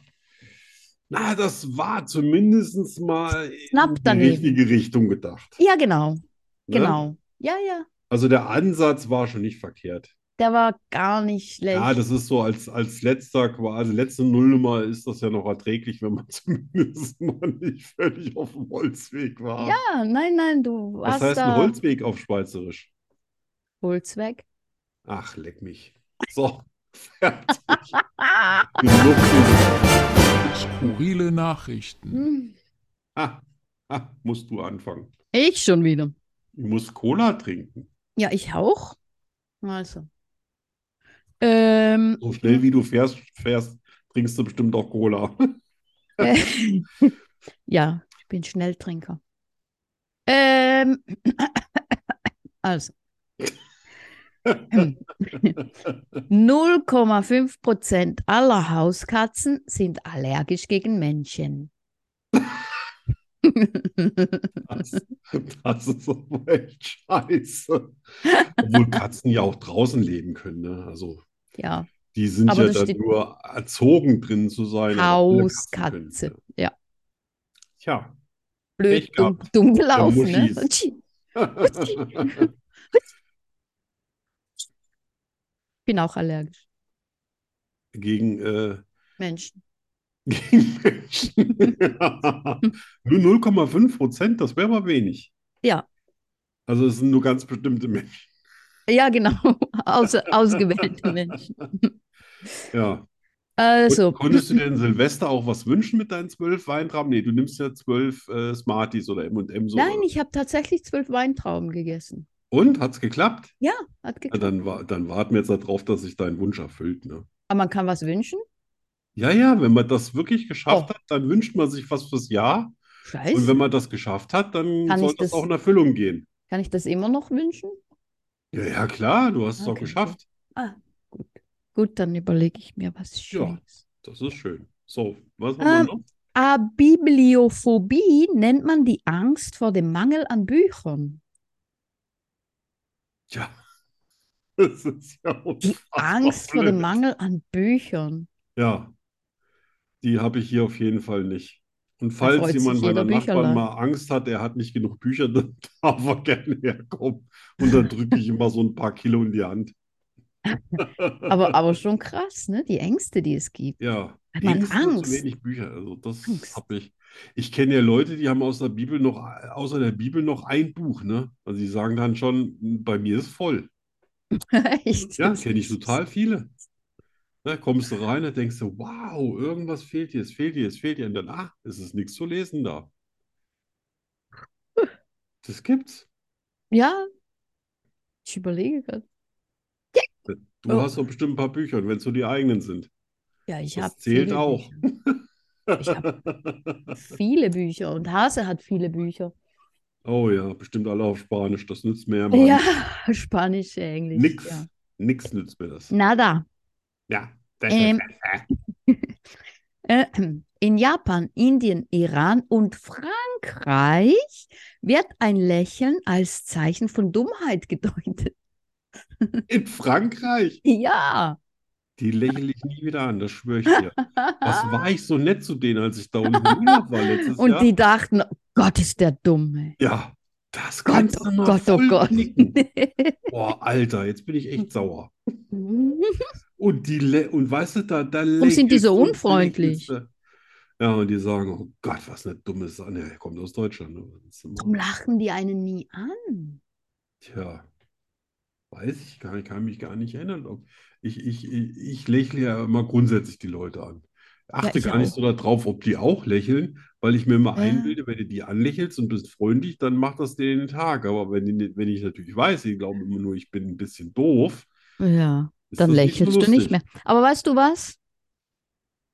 Speaker 1: Na, das war zumindest mal in
Speaker 2: Knapp
Speaker 1: die
Speaker 2: daneben.
Speaker 1: richtige Richtung gedacht.
Speaker 2: Ja, genau,
Speaker 1: Ne?
Speaker 2: genau. Ja, ja.
Speaker 1: Also der Ansatz war schon nicht verkehrt.
Speaker 2: Der war gar nicht schlecht.
Speaker 1: Ja, das ist so als, als letzter quasi, letzte Nullnummer ist das ja noch erträglich, wenn man (laughs) zumindest mal nicht völlig auf dem Holzweg war.
Speaker 2: Ja, Ah, nein, nein, du
Speaker 1: Was
Speaker 2: hast
Speaker 1: heißt ein
Speaker 2: da
Speaker 1: Holzweg auf Schweizerisch?
Speaker 2: Holz weg.
Speaker 1: Ach, leck mich. So, (laughs)
Speaker 2: (laughs)
Speaker 1: fertig.
Speaker 2: Ah!
Speaker 1: Genug.
Speaker 4: Skurrile Nachrichten.
Speaker 2: Hm,
Speaker 1: Ah, ah, musst du anfangen.
Speaker 2: Ich schon wieder.
Speaker 1: Ich muss Cola trinken.
Speaker 2: Ja, ich auch. Also. Ähm,
Speaker 1: So schnell wie du fährst, fährst, trinkst du bestimmt auch Cola.
Speaker 2: Äh, (laughs) ja, ich bin Schnelltrinker. Ähm, (laughs) also. Hm. 0,5 Prozent aller Hauskatzen sind allergisch gegen Menschen. (laughs)
Speaker 1: Das, (laughs) das ist aber echt scheiße. Obwohl Katzen ja auch draußen leben können, ne? Also
Speaker 2: ja,
Speaker 1: die sind
Speaker 2: Aber
Speaker 1: ja
Speaker 2: das
Speaker 1: dann
Speaker 2: steht-
Speaker 1: nur erzogen drin zu sein, aber alle Katzen
Speaker 2: Hauskatze.
Speaker 1: können,
Speaker 2: Ja,
Speaker 1: ja.
Speaker 2: blöd,
Speaker 1: Pech
Speaker 2: dumm,
Speaker 1: gehabt.
Speaker 2: dumm gelaufen. Ne?
Speaker 1: Muschis.
Speaker 2: Tschi.
Speaker 1: Tja. (laughs)
Speaker 2: bin auch allergisch.
Speaker 1: Gegen, äh, (laughs)
Speaker 2: Menschen.
Speaker 1: gegen Menschen. (laughs) Nur 0,5 Prozent, das wäre aber wenig.
Speaker 2: Ja.
Speaker 1: Also es sind nur ganz bestimmte Menschen.
Speaker 2: Ja, genau. (laughs) Außer ausgewählte Menschen.
Speaker 1: Ja.
Speaker 2: Also,
Speaker 1: Konntest du dir in Silvester auch was wünschen mit deinen zwölf Weintrauben? Nee, du nimmst ja zwölf äh, Smarties oder M&M's
Speaker 2: nein,
Speaker 1: oder.
Speaker 2: ich habe tatsächlich zwölf Weintrauben gegessen.
Speaker 1: Und, hat's geklappt?
Speaker 2: Hat
Speaker 1: Ja,
Speaker 2: geklappt.
Speaker 1: dann, wa- dann warten wir jetzt darauf, dass sich dein Wunsch erfüllt, ne?
Speaker 2: Aber man kann was wünschen.
Speaker 1: Ja, ja, wenn man das wirklich geschafft
Speaker 2: Oh.
Speaker 1: hat, dann wünscht man sich was fürs Jahr. Und
Speaker 2: Scheiße.
Speaker 1: wenn man das geschafft hat, dann
Speaker 2: Kann
Speaker 1: soll
Speaker 2: ich
Speaker 1: das
Speaker 2: das-
Speaker 1: auch in Erfüllung gehen.
Speaker 2: Kann ich das immer noch wünschen?
Speaker 1: Ja, ja, klar, du hast es auch
Speaker 2: Okay.
Speaker 1: geschafft.
Speaker 2: Gut, dann überlege ich mir was
Speaker 1: Ja.
Speaker 2: Schönes.
Speaker 1: Das ist schön. So, was haben wir
Speaker 2: Ähm,
Speaker 1: noch?
Speaker 2: Abibliophobie nennt man die Angst vor dem Mangel an Büchern.
Speaker 1: Tja, (laughs) das ist ja
Speaker 2: Die
Speaker 1: unfassbar
Speaker 2: Angst vor dem
Speaker 1: blöd.
Speaker 2: Mangel an Büchern.
Speaker 1: Ja, die habe ich hier auf jeden Fall nicht. Und falls
Speaker 2: freut sich
Speaker 1: jemand meiner
Speaker 2: jeder
Speaker 1: Nachbarn
Speaker 2: Bücherler.
Speaker 1: mal Angst hat, er hat nicht genug Bücher, (laughs) dann darf er gerne herkommen. Und dann drücke ich immer so ein paar Kilo in die Hand.
Speaker 2: (laughs) Aber, aber schon krass, ne? Die Ängste, die es
Speaker 1: (laughs)
Speaker 2: gibt.
Speaker 1: Ja,
Speaker 2: Hat man
Speaker 1: Ängste und zu
Speaker 2: Angst?
Speaker 1: wenig Bücher. Also das
Speaker 2: Angst.
Speaker 1: habe ich. Ich kenne ja Leute, die haben aus der Bibel noch, außer der Bibel noch ein Buch, ne? Also die sagen dann schon, bei mir ist voll.
Speaker 2: (laughs) Echt?
Speaker 1: Ja, kenne ich total viele. Ne, kommst du rein und denkst du, wow, irgendwas fehlt dir, es fehlt dir, es fehlt dir. Und dann, ah, es ist nichts zu lesen da. Das gibt's.
Speaker 2: Ja. Ich überlege gerade.
Speaker 1: Du
Speaker 2: Oh.
Speaker 1: hast doch bestimmt ein paar Bücher, und wenn es so die eigenen sind.
Speaker 2: Ja, ich
Speaker 1: Das
Speaker 2: habe
Speaker 1: zählt
Speaker 2: viele
Speaker 1: auch.
Speaker 2: Bücher. Ich habe (laughs) viele Bücher und Hase hat viele Bücher.
Speaker 1: (laughs) Oh ja, bestimmt alle auf Spanisch, das nützt mir ja mal
Speaker 2: Ja, (laughs) Spanisch, Englisch.
Speaker 1: nix.
Speaker 2: Ja.
Speaker 1: Nix nützt mir das.
Speaker 2: Nada.
Speaker 1: Ja.
Speaker 2: Ähm. Äh, In Japan, Indien, Iran und Frankreich wird ein Lächeln als Zeichen von Dummheit (laughs) gedeutet.
Speaker 1: In Frankreich.
Speaker 2: Ja.
Speaker 1: Die lächle ich nie wieder an, das schwöre ich dir. Was war ich so nett zu denen, als ich da unten im Urlaub war letztes
Speaker 2: Und
Speaker 1: Jahr?
Speaker 2: die dachten, oh Gott, ist der dumm. ey.
Speaker 1: Ja, das
Speaker 2: Gott,
Speaker 1: kannst
Speaker 2: oh
Speaker 1: du mal
Speaker 2: Gott, oh
Speaker 1: voll
Speaker 2: Gott. (laughs)
Speaker 1: knicken. Boah, Alter, jetzt bin ich echt sauer. Und die lä- und weißt du, da, da Warum
Speaker 2: sind die so unfreundlich?
Speaker 1: Ja, und die sagen, oh Gott, was eine dumme Sache. Er kommt aus Deutschland. Ne? Was willst du
Speaker 2: Warum
Speaker 1: machen?
Speaker 2: lachen die einen nie an?
Speaker 1: Tja, weiß ich gar nicht, kann mich gar nicht erinnern. Ob ich, ich, ich, ich lächle ja immer grundsätzlich die Leute an. Achte
Speaker 2: ich
Speaker 1: gar nicht
Speaker 2: auch.
Speaker 1: so darauf, ob die auch lächeln, weil ich mir immer
Speaker 2: Ja.
Speaker 1: einbilde, wenn du die anlächelst und bist freundlich, dann macht das dir den Tag. Aber wenn, die, wenn ich natürlich weiß, die glauben immer nur, ich bin ein bisschen doof,
Speaker 2: Ja,
Speaker 1: ist das
Speaker 2: dann
Speaker 1: nicht so
Speaker 2: lächelst du nicht
Speaker 1: lustig.
Speaker 2: mehr. Aber weißt du was?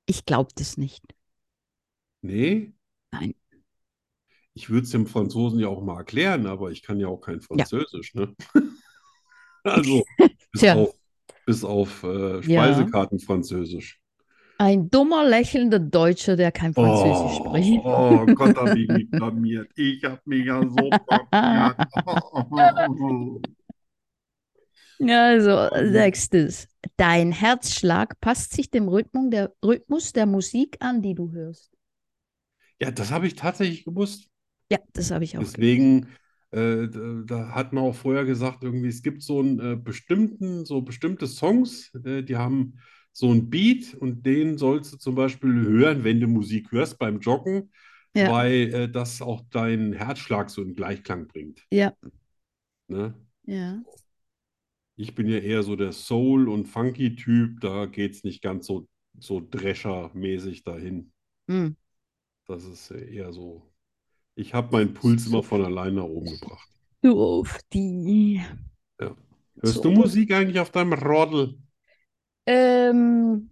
Speaker 2: Ich glaube das nicht.
Speaker 1: Nee?
Speaker 2: Nein.
Speaker 1: Ich würde es dem Franzosen ja auch mal erklären, aber ich kann ja auch kein Französisch,
Speaker 2: (laughs)
Speaker 1: ne? Also, bis
Speaker 2: Tja.
Speaker 1: auf, bis auf äh,
Speaker 2: Ja.
Speaker 1: Speisekarten Französisch.
Speaker 2: Ein dummer, lächelnder Deutscher, der kein Französisch
Speaker 1: oh,
Speaker 2: spricht.
Speaker 1: oh Gott, hab ich mich blamiert. Ich hab mich ja
Speaker 2: (laughs)
Speaker 1: so blamiert.
Speaker 2: Also, sechstes. Dein Herzschlag passt sich dem Rhythmus der, Rhythmus der Musik an, die du hörst.
Speaker 1: (laughs) Ja, das habe ich tatsächlich gewusst.
Speaker 2: Ja, das habe ich auch. ge-
Speaker 1: Deswegen, äh, da, da hat man auch vorher gesagt, irgendwie, es gibt so einen äh, bestimmten, so bestimmte Songs, äh, die haben so einen Beat und den sollst du zum Beispiel hören, wenn du Musik hörst beim Joggen,
Speaker 2: Ja.
Speaker 1: weil äh, das auch deinen Herzschlag so in Gleichklang bringt.
Speaker 2: Ja.
Speaker 1: Ne?
Speaker 2: Ja.
Speaker 1: Ich bin ja eher so der Soul- und Funky-Typ, da geht es nicht ganz so, so Drescher-mäßig dahin.
Speaker 2: Hm.
Speaker 1: Das ist äh, eher so. Ich habe meinen Puls immer von alleine nach oben gebracht.
Speaker 2: Du auf die.
Speaker 1: Hörst
Speaker 2: So.
Speaker 1: du Musik eigentlich auf deinem Roddel?
Speaker 2: Ähm,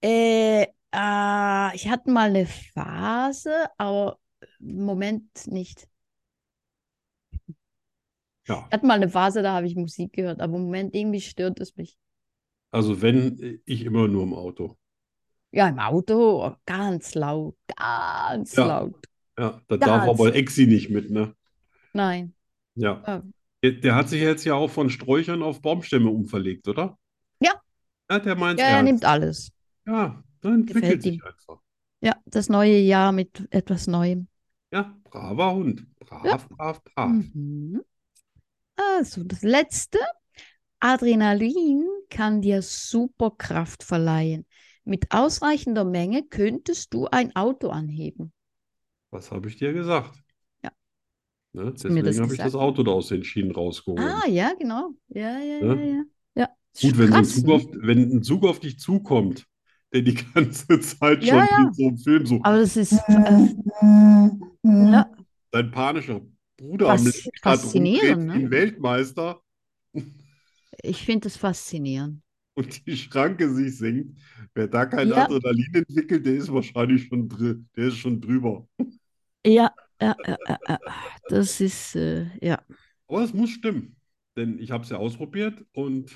Speaker 2: äh, ah, ich hatte mal eine Phase, aber im Moment nicht.
Speaker 1: Ja,
Speaker 2: Ich hatte mal eine Phase, da habe ich Musik gehört, aber im Moment irgendwie stört es mich.
Speaker 1: also wenn äh, ich immer nur im Auto.
Speaker 2: Ja, im Auto, ganz laut, ganz
Speaker 1: Ja.
Speaker 2: laut.
Speaker 1: Ja, da
Speaker 2: Da
Speaker 1: darf
Speaker 2: hat's-
Speaker 1: aber Exi nicht mit, ne?
Speaker 2: Nein.
Speaker 1: Ja.
Speaker 2: Ja.
Speaker 1: Der, der hat sich jetzt ja auch von Sträuchern auf Baumstämme umverlegt, oder?
Speaker 2: Ja.
Speaker 1: Ja, der meint
Speaker 2: Ja, er nimmt alles.
Speaker 1: Ja, dann entwickelt
Speaker 2: Gefällt
Speaker 1: sich
Speaker 2: ihm.
Speaker 1: einfach.
Speaker 2: Ja, das neue Jahr mit etwas Neuem.
Speaker 1: Ja, braver Hund. Brav, brav, brav.
Speaker 2: Mhm. Also, das letzte. Adrenalin kann dir Superkraft verleihen. Mit ausreichender Menge könntest du ein Auto anheben.
Speaker 1: Was habe ich dir gesagt?
Speaker 2: Ja.
Speaker 1: Ne?
Speaker 2: du mir
Speaker 1: Deswegen
Speaker 2: das
Speaker 1: habe ich das
Speaker 2: gesagt?
Speaker 1: Auto da aus den Schienen rausgeholt.
Speaker 2: Ah, ja, genau. Ja, ja, ja,
Speaker 1: Ne?
Speaker 2: ja. Ja,
Speaker 1: Oh. Gut, wenn so ein
Speaker 2: krass,
Speaker 1: Zug
Speaker 2: ne?
Speaker 1: auf, wenn ein Zug auf dich zukommt, der die (laughs) ganze Zeit
Speaker 2: Ja,
Speaker 1: schon
Speaker 2: ja.
Speaker 1: wie so im Film so
Speaker 2: Aber das ist äh, ja,
Speaker 1: dein panischer Bruder
Speaker 2: Fas-
Speaker 1: am Lenkrad
Speaker 2: faszinierend,
Speaker 1: rumdreht
Speaker 2: ne?
Speaker 1: wie ein Weltmeister
Speaker 2: ich finde das faszinierend.
Speaker 1: und die Schranke sich senkt. Wer da kein
Speaker 2: Ja.
Speaker 1: Adrenalin entwickelt, der ist wahrscheinlich schon drin, der ist schon drüber.
Speaker 2: Ja, ja, ja, ja, ja. das ist äh, ja.
Speaker 1: Aber es muss stimmen, denn ich habe es ja ausprobiert und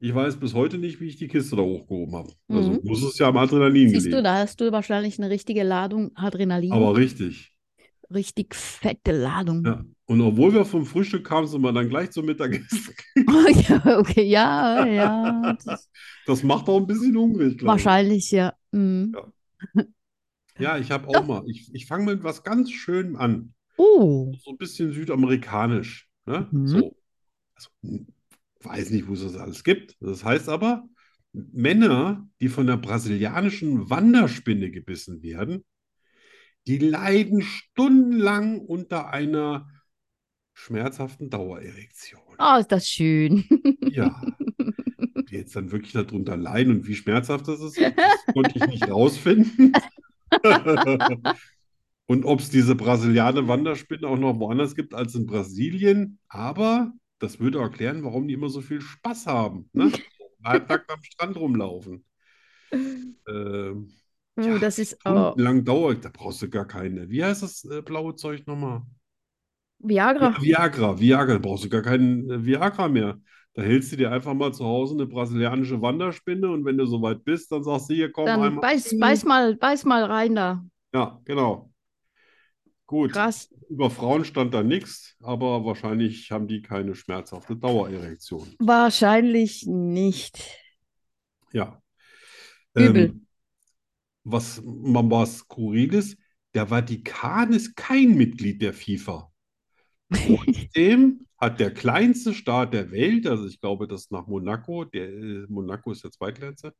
Speaker 1: ich weiß bis heute nicht, wie ich die Kiste da hochgehoben habe. Also
Speaker 2: Mhm.
Speaker 1: muss es ja am Adrenalin
Speaker 2: Siehst du,
Speaker 1: gelegen.
Speaker 2: da hast du wahrscheinlich eine richtige Ladung Adrenalin,
Speaker 1: Aber richtig.
Speaker 2: richtig fette Ladung.
Speaker 1: Ja. Und obwohl wir vom Frühstück kamen, sind wir dann gleich zum Mittagessen.
Speaker 2: (laughs)
Speaker 1: (laughs)
Speaker 2: ja, okay, ja, ja, das,
Speaker 1: Das macht auch ein bisschen hungrig, glaube ich.
Speaker 2: wahrscheinlich, ja. Mhm.
Speaker 1: Genau. Ja. Ja, ich habe auch mal. Ich, ich fange mit was ganz Schönem an.
Speaker 2: Oh,
Speaker 1: So ein bisschen südamerikanisch. Ne?
Speaker 2: Mhm.
Speaker 1: So. Also, hm, weiß nicht, wo es das alles gibt. Das heißt aber, Männer, die von der brasilianischen Wanderspinne gebissen werden, die leiden stundenlang unter einer schmerzhaften Dauererektion.
Speaker 2: oh, ist das schön. (laughs)
Speaker 1: Ja. Ob die jetzt dann wirklich darunter leiden und wie schmerzhaft das ist, das konnte ich nicht rausfinden. (laughs) Und ob es diese brasilianische Wanderspinne auch noch woanders gibt als in Brasilien. Aber das würde erklären, warum die immer so viel Spaß haben. Ne? Halbnackt am Strand rumlaufen. Ähm,
Speaker 2: Oh,
Speaker 1: Ja,
Speaker 2: das ist aber
Speaker 1: stundenlang dauert, da brauchst du gar keine. Wie heißt das äh, blaue Zeug nochmal?
Speaker 2: Viagra.
Speaker 1: Ja, Viagra, Viagra, da brauchst du gar keinen äh, Viagra mehr. Da hältst du dir einfach mal zu Hause eine brasilianische Wanderspinne und wenn du soweit bist, dann sagst du hier, komm
Speaker 2: Dann
Speaker 1: einmal.
Speaker 2: beiß, beiß mal, beiß mal rein da.
Speaker 1: Ja, genau. Gut,
Speaker 2: Krass.
Speaker 1: über Frauen stand da nichts, aber wahrscheinlich haben die keine schmerzhafte Dauererektion.
Speaker 2: Wahrscheinlich nicht.
Speaker 1: Ja.
Speaker 2: Übel.
Speaker 1: Ähm, was man war skurriles, der Vatikan ist kein Mitglied der FIFA. Trotzdem hat der kleinste Staat der Welt, also ich glaube, das ist nach Monaco, der, äh, Monaco ist der zweitkleinste,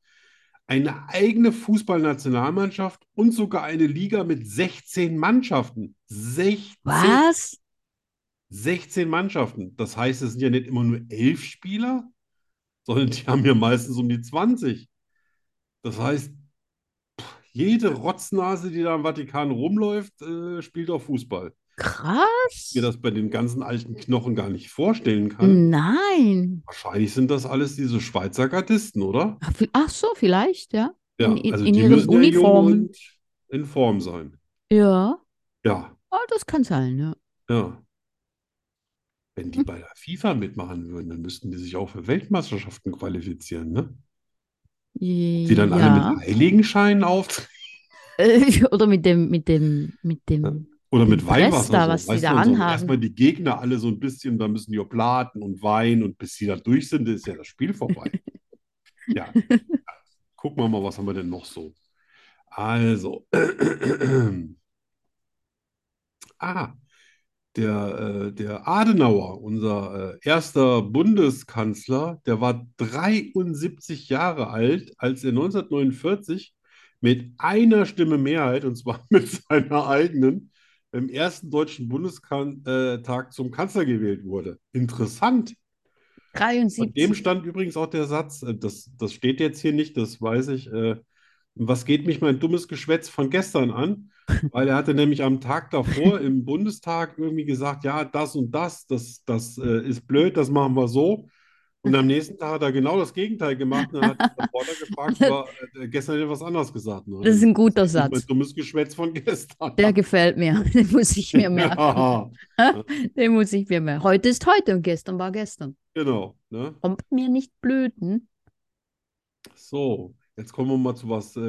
Speaker 1: eine eigene Fußballnationalmannschaft und sogar eine Liga mit 16 Mannschaften. 16,
Speaker 2: Was?
Speaker 1: 16 Mannschaften. Das heißt, es sind ja nicht immer nur elf Spieler, sondern die haben ja meistens um die 20. Das heißt, pff, jede Rotznase, die da im Vatikan rumläuft, äh, spielt auch Fußball.
Speaker 2: (laughs) Krass?
Speaker 1: Mir das bei den ganzen alten Knochen gar nicht vorstellen kann.
Speaker 2: Nein.
Speaker 1: Wahrscheinlich sind das alles diese Schweizer Gardisten, oder?
Speaker 2: Ach, vi- Ach so, vielleicht, ja.
Speaker 1: Ja,
Speaker 3: In-
Speaker 1: also
Speaker 3: in
Speaker 1: die
Speaker 3: ihren
Speaker 1: müssen ja jung
Speaker 3: Uniformen.
Speaker 1: und in Form sein.
Speaker 3: Ja,
Speaker 1: Ja,
Speaker 2: Ah,
Speaker 3: oh, das kann sein, ja.
Speaker 1: ja. Wenn
Speaker 3: Hm.
Speaker 1: die bei der FIFA mitmachen würden, dann müssten die sich auch für Weltmeisterschaften qualifizieren, ne? Die dann alle
Speaker 3: Hm, ja.
Speaker 1: mit Heiligenscheinen auftreten
Speaker 3: Äh,
Speaker 2: (laughs)
Speaker 3: Oder mit dem, mit dem, mit dem.
Speaker 1: oder mit
Speaker 3: Mit
Speaker 1: Weihwasser
Speaker 3: Presta,
Speaker 1: so,
Speaker 3: was die
Speaker 1: weißt
Speaker 3: da
Speaker 1: du, und so
Speaker 3: anhaben.
Speaker 1: erstmal die Gegner alle so ein bisschen, da müssen die auch Platen und Wein und bis die da durch sind, ist ja das Spiel
Speaker 3: (laughs)
Speaker 1: vorbei. Ja, gucken wir mal, was haben wir denn noch so? Also, (clears throat) ah, der, äh, der Adenauer, unser äh, erster Bundeskanzler, der war 73 Jahre alt, als er 1949 mit einer Stimme Mehrheit, und zwar (laughs) mit seiner eigenen, im ersten deutschen Bundestag zum Kanzler gewählt wurde. Interessant. Von dem
Speaker 2: 73.
Speaker 1: stand übrigens auch der Satz, äh, das, das steht jetzt hier nicht, das weiß ich. Äh, was geht mich mein dummes Geschwätz von gestern
Speaker 3: (laughs)
Speaker 1: an? Weil er hatte nämlich am Tag davor im Bundestag irgendwie gesagt, ja, das und das, das, das äh, ist blöd, das machen wir so. Und am nächsten Tag hat er genau das Gegenteil gemacht. Und dann hat der Reporter
Speaker 3: (laughs)
Speaker 1: gefragt, aber äh, gestern hat er was anderes gesagt. Ne?
Speaker 3: Das ist ein guter
Speaker 1: Das ist
Speaker 3: Satz.
Speaker 1: Mein dummes Geschwätz von gestern.
Speaker 3: Der
Speaker 2: (laughs)
Speaker 3: gefällt mir. Den muss
Speaker 1: (laughs)
Speaker 3: ich mir merken.
Speaker 1: Ja,
Speaker 3: Den muss ich mir merken. Heute ist heute und gestern war gestern.
Speaker 1: genau. Ne?
Speaker 3: Kommt mir nicht blöden.
Speaker 1: So, jetzt kommen wir mal zu was äh,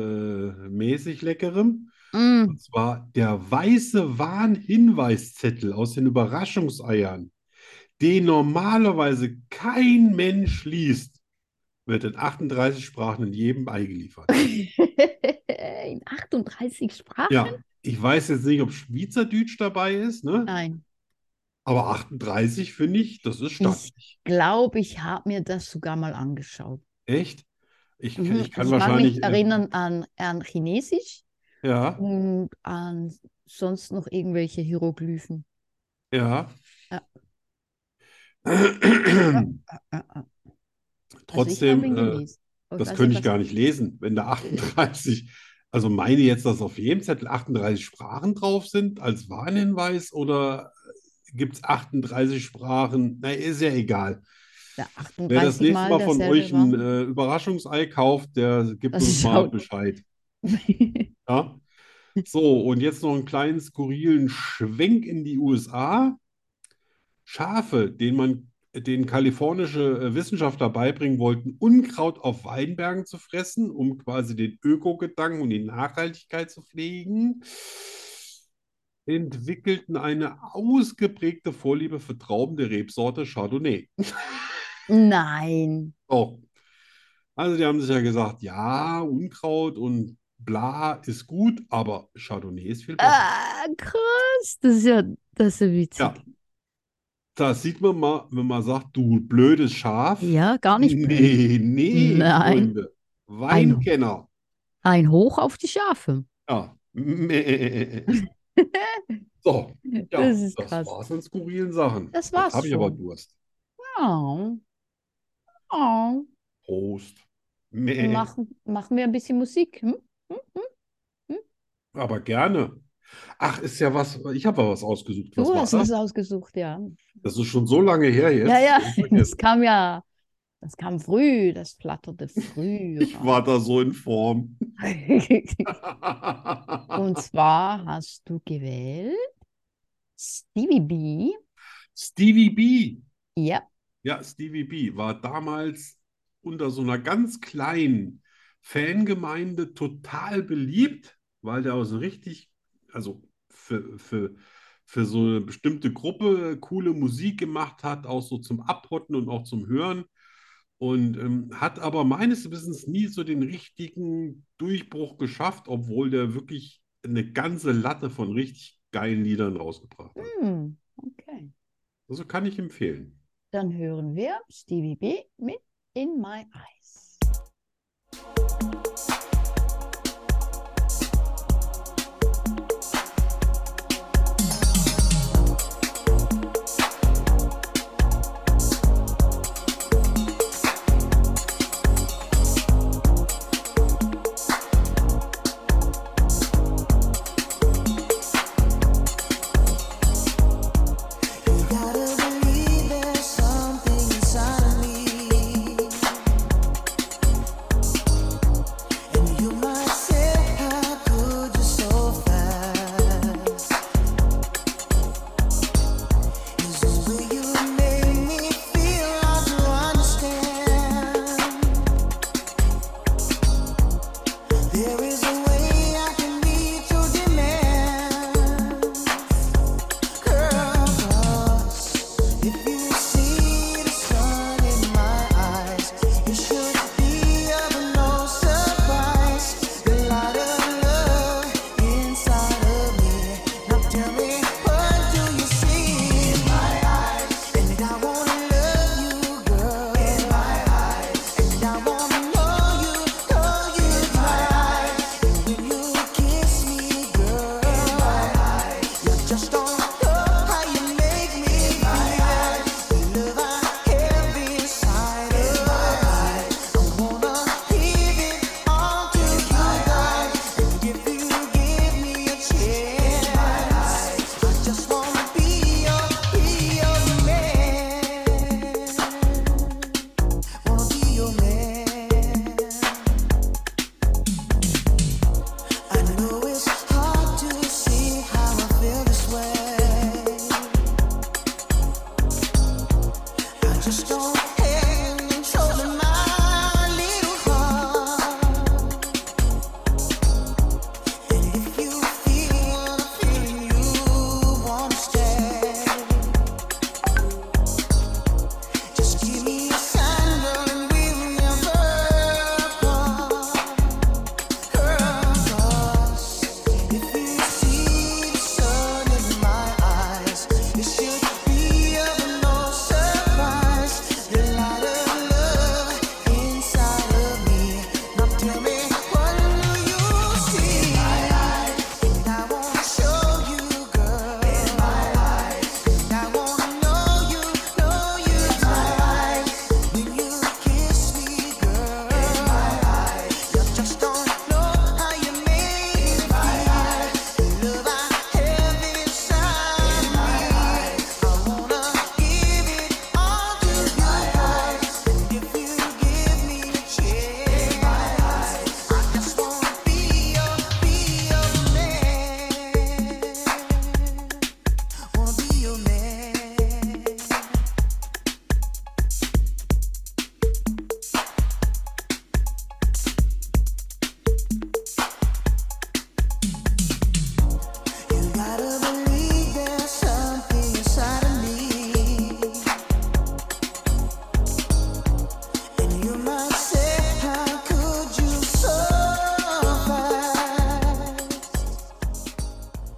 Speaker 1: mäßig Leckerem.
Speaker 3: Mm.
Speaker 1: Und zwar der weiße Warnhinweiszettel aus den Überraschungseiern, den normalerweise kein Mensch liest, wird in 38 Sprachen in jedem Ei
Speaker 2: (laughs)
Speaker 1: geliefert.
Speaker 2: (laughs) In 38 Sprachen?
Speaker 1: Ja, ich weiß jetzt nicht, ob Schweizerdeutsch dabei ist, ne?
Speaker 2: Nein.
Speaker 1: Aber 38 finde ich, das ist stattlich.
Speaker 2: Glaube ich, habe mir das sogar mal angeschaut.
Speaker 1: Echt? Ich,
Speaker 2: Mhm.
Speaker 1: ich kann
Speaker 2: Also ich mag
Speaker 1: wahrscheinlich.
Speaker 2: mich
Speaker 1: äh,
Speaker 2: erinnern an, an Chinesisch
Speaker 1: Ja,
Speaker 2: und an sonst noch irgendwelche Hieroglyphen.
Speaker 1: ja. (clears throat)
Speaker 2: Ja. Ah, ah. Also ich
Speaker 1: Trotzdem,
Speaker 2: habe ihn
Speaker 1: äh,
Speaker 2: gelesen. Aber ich
Speaker 1: Das
Speaker 2: weiß
Speaker 1: könnte
Speaker 2: nicht,
Speaker 1: ich gar nicht lesen, wenn da 38, also meine jetzt, dass auf jedem Zettel 38 Sprachen drauf sind als Warnhinweis oder gibt es 38 Sprachen? Na, ist ja egal.
Speaker 2: was der
Speaker 1: Wer das
Speaker 2: 38
Speaker 1: nächste
Speaker 2: Mal
Speaker 1: Mal von
Speaker 2: derselbe
Speaker 1: euch ein
Speaker 2: war.
Speaker 1: äh, Überraschungsei kauft, der gibt
Speaker 2: Das
Speaker 1: uns mal
Speaker 2: schaut-
Speaker 1: Bescheid. Ja? So, und jetzt noch einen kleinen skurrilen Schwenk in die USA. Schafe, den man den kalifornische äh, Wissenschaftler beibringen wollten, Unkraut auf Weinbergen zu fressen, um quasi den Öko-Gedanken und die Nachhaltigkeit zu pflegen, entwickelten eine ausgeprägte Vorliebe für Trauben der Rebsorte Chardonnay.
Speaker 2: (laughs) Nein.
Speaker 1: So. Also die haben sich ja gesagt, ja, Unkraut und bla ist gut, aber Chardonnay ist viel besser.
Speaker 3: Ah,
Speaker 2: Äh,
Speaker 3: krass. Das ist ja, das ist ja witzig.
Speaker 1: Ja. Da sieht man mal, wenn man sagt, du blödes Schaf.
Speaker 3: Ja, gar nicht blöd.
Speaker 1: Nee, nee,
Speaker 3: Nein.
Speaker 1: Freunde. Weinkenner.
Speaker 3: Ein Hoch auf die Schafe.
Speaker 1: Ja. Mäh. So, ja,
Speaker 3: Das ist
Speaker 1: das
Speaker 3: krass.
Speaker 1: war's an skurrilen Sachen.
Speaker 2: Das
Speaker 1: Jetzt
Speaker 2: war's
Speaker 1: habe ich aber
Speaker 2: schon.
Speaker 1: Durst.
Speaker 2: Oh. Oh.
Speaker 1: Prost. Mäh.
Speaker 2: Mach, machen wir ein bisschen Musik. Hm?
Speaker 1: Aber gerne. Ach, ist ja was, ich habe ja was ausgesucht. Was
Speaker 2: Du
Speaker 1: war
Speaker 2: hast
Speaker 1: das?
Speaker 2: es ausgesucht, ja.
Speaker 1: Das ist schon so lange her jetzt.
Speaker 2: Ja, ja,
Speaker 1: Ich hab
Speaker 2: das
Speaker 1: vergessen.
Speaker 2: kam ja, das kam früh, das flatterte früh.
Speaker 1: Ich war da so in Form.
Speaker 2: (laughs) Und zwar hast du gewählt Stevie B.
Speaker 1: Stevie B.
Speaker 2: Ja,
Speaker 1: Ja, Stevie B war damals unter so einer ganz kleinen Fangemeinde total beliebt, weil der auch so richtig, also für, für, für so eine bestimmte Gruppe coole Musik gemacht hat, auch so zum Abhotten und auch zum Hören. Und ähm, hat aber meines Wissens nie so den richtigen Durchbruch geschafft, obwohl der wirklich eine ganze Latte von richtig geilen Liedern rausgebracht hat.
Speaker 2: hm, okay.
Speaker 1: Also kann ich empfehlen.
Speaker 2: Dann hören wir Stevie B. mit In My Eyes.
Speaker 5: Gotta believe there's something inside of me.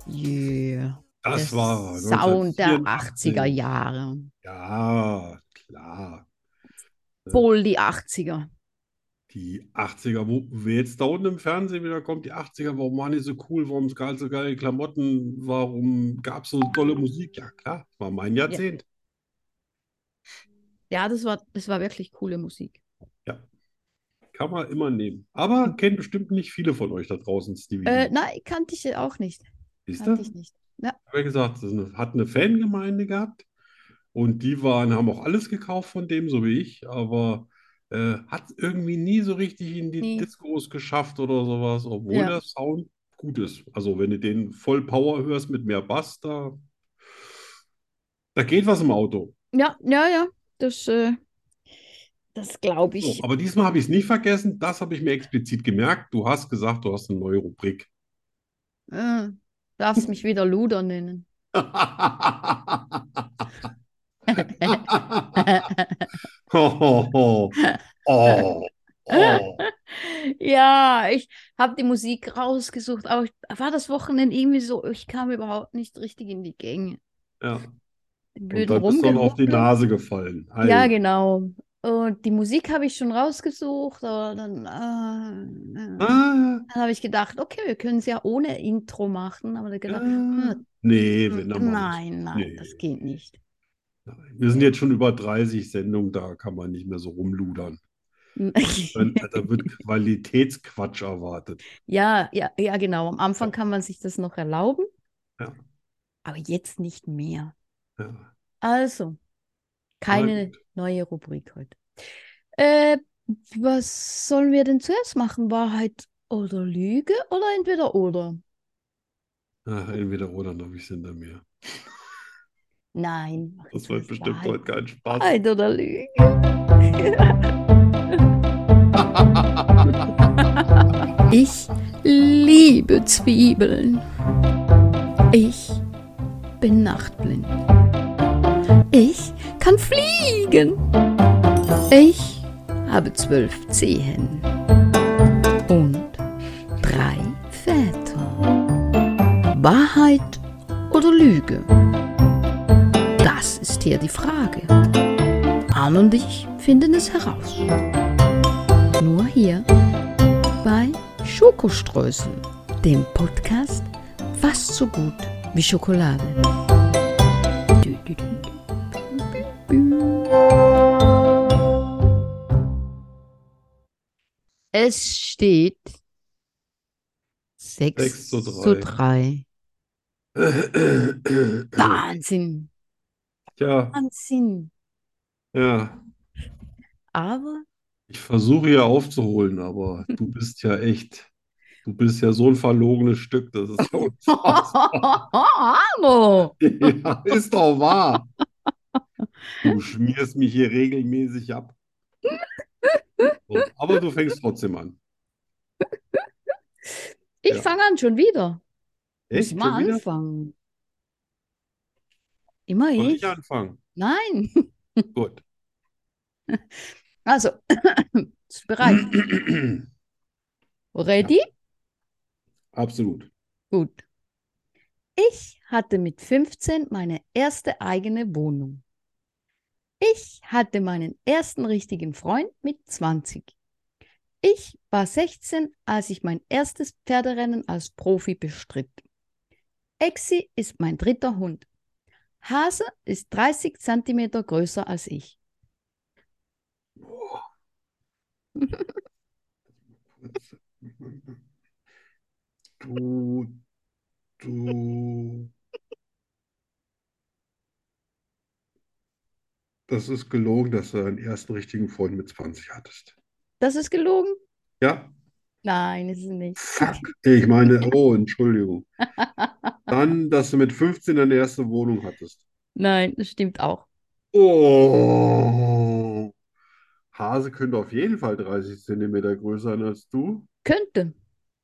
Speaker 2: Yeah.
Speaker 1: Das
Speaker 2: Der
Speaker 1: war
Speaker 2: Sound der
Speaker 1: 1984.
Speaker 2: 80er Jahre.
Speaker 1: Ja, klar.
Speaker 2: Wohl die 80er.
Speaker 1: Die 80er, wo wer jetzt da unten im Fernsehen wieder kommt, die 80er, warum waren die so cool, warum gab so geile Klamotten, warum gab es so tolle Musik? Ja, klar, war mein Jahrzehnt.
Speaker 2: Ja, das war, das war wirklich coole Musik.
Speaker 1: Kann man immer nehmen. Aber kennen bestimmt nicht viele von euch da draußen, Stevie.
Speaker 2: Äh, nein, kannte ich auch nicht.
Speaker 1: Mhm. Siehst du?
Speaker 2: Kannte ich nicht.
Speaker 1: Hab ja gesagt, das ist eine, hat eine Fangemeinde gehabt und die waren, haben auch alles gekauft von dem, so wie ich, aber äh, hat irgendwie nie so richtig in die
Speaker 2: Nie.
Speaker 1: Discos geschafft oder sowas, obwohl
Speaker 2: Ja.
Speaker 1: der Sound gut ist. Also wenn du den voll Power hörst mit mehr Bass, da, da geht was im Auto.
Speaker 2: Ja, ja, ja. Das, äh, das glaube
Speaker 1: So,
Speaker 2: ich.
Speaker 1: aber diesmal habe ich es nicht vergessen, das habe ich mir explizit gemerkt. Du hast gesagt, du hast eine neue Rubrik.
Speaker 2: Äh, darfst mich wieder Luder nennen.
Speaker 1: Ho, ho, ho. Oh, oh.
Speaker 2: Ja, ich habe die Musik rausgesucht, aber ich, war das Wochenende irgendwie so, ich kam überhaupt nicht richtig in die Gänge.
Speaker 1: Ja.
Speaker 2: Den
Speaker 1: Und
Speaker 2: blöden
Speaker 1: dann bist du noch auf die
Speaker 2: Rumgerumpel.
Speaker 1: Nase gefallen. Ei.
Speaker 2: ne? Ja, genau. Und die Musik habe ich schon rausgesucht, aber dann, äh, äh,
Speaker 1: Ah,
Speaker 2: dann habe ich gedacht, okay, wir können es ja ohne Intro machen, aber dann gedacht,
Speaker 1: ah.
Speaker 2: hm,
Speaker 1: Nee, wenn dann mal nicht.
Speaker 2: nein, nein, das
Speaker 1: Nee.
Speaker 2: geht nicht.
Speaker 1: Nein. Wir sind jetzt schon über 30 Sendungen, da kann man nicht mehr so rumludern. Dann, äh, da wird Qualitätsquatsch erwartet.
Speaker 2: (laughs) Ja, ja, ja, genau. Am Anfang kann man sich das noch erlauben,
Speaker 1: Ja.
Speaker 2: aber jetzt nicht mehr.
Speaker 1: Ja.
Speaker 2: Also, keine
Speaker 1: gut.
Speaker 2: neue Rubrik heute. Äh, was sollen wir denn zuerst machen? Wahrheit oder Lüge oder entweder oder?
Speaker 1: Ach, Ah, entweder oder noch ich hinter mir.
Speaker 2: Nein, mach
Speaker 1: Das
Speaker 2: zuerst
Speaker 1: wird bestimmt
Speaker 2: Wahrheit.
Speaker 1: heute keinen Spaß.
Speaker 2: Wahrheit oder (laughs) Lüge?
Speaker 3: Ich liebe Zwiebeln. Ich bin nachtblind. Ich kann fliegen. Ich habe zwölf Zehen und drei Väter. Wahrheit oder Lüge? Das ist hier die Frage. Arne und ich finden es heraus. Nur hier bei Schokoströßen, dem Podcast fast so gut wie Schokolade. Dü, dü, dü, dü, dü, dü.
Speaker 2: Es steht 6
Speaker 1: Sechs zu
Speaker 2: zu
Speaker 1: drei.
Speaker 2: 3. Wahnsinn,
Speaker 1: (clears throat) Tja,
Speaker 2: Wahnsinn.
Speaker 1: ja. (laughs)
Speaker 2: Aber
Speaker 1: Ich versuche ja aufzuholen, aber du bist ja echt, du bist ja so ein verlogenes Stück, das ist ja unfassbar.
Speaker 2: Arno!
Speaker 1: Ja, ist doch wahr. Du schmierst mich hier regelmäßig ab. So, aber du fängst trotzdem an.
Speaker 2: Ich
Speaker 1: Ja.
Speaker 2: fange an schon wieder. Muss
Speaker 1: Echt?
Speaker 2: mal
Speaker 1: Schon wieder?
Speaker 2: anfangen. Immer
Speaker 1: Soll
Speaker 2: ich?
Speaker 1: ich anfangen?
Speaker 2: Nein.
Speaker 1: Gut. (clears throat)
Speaker 2: Also, (coughs) bist du bereit? Ready?
Speaker 1: Absolut.
Speaker 2: Gut. Ich hatte mit 15 meine erste eigene Wohnung. Ich hatte meinen ersten richtigen Freund mit 20. Ich war 16, als ich mein erstes Pferderennen als Profi bestritt. Exi ist mein dritter Hund. Hase ist 30 cm größer als ich.
Speaker 1: Du, du. Das ist gelogen, dass du deinen ersten richtigen Freund mit 20 hattest.
Speaker 2: Das ist gelogen?
Speaker 1: Ja?
Speaker 2: Nein, ist es nicht.
Speaker 1: Fuck. Ich meine, oh, Entschuldigung. Dann, dass du mit 15 deine erste Wohnung hattest.
Speaker 2: Nein, das stimmt auch.
Speaker 1: Oh. Hase könnte auf jeden Fall 30 Zentimeter größer sein als du.
Speaker 2: Könnte.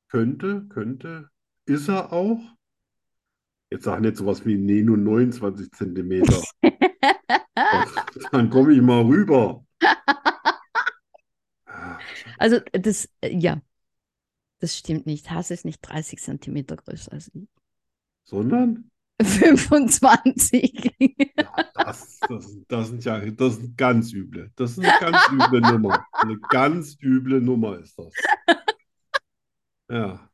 Speaker 1: Könnte, könnte. Ist er auch? Jetzt sag nicht sowas wie, nee, nur 29 Zentimeter. Dann komme ich mal rüber. Ah,
Speaker 2: Also das, (laughs) äh, ja, das stimmt nicht. Hase ist nicht 30 Zentimeter größer als ich.
Speaker 1: sondern
Speaker 2: 25.
Speaker 1: das, das, das, sind ja, das sind ganz üble. Das ist eine ganz üble Nummer. Eine ganz üble Nummer ist das. Ja.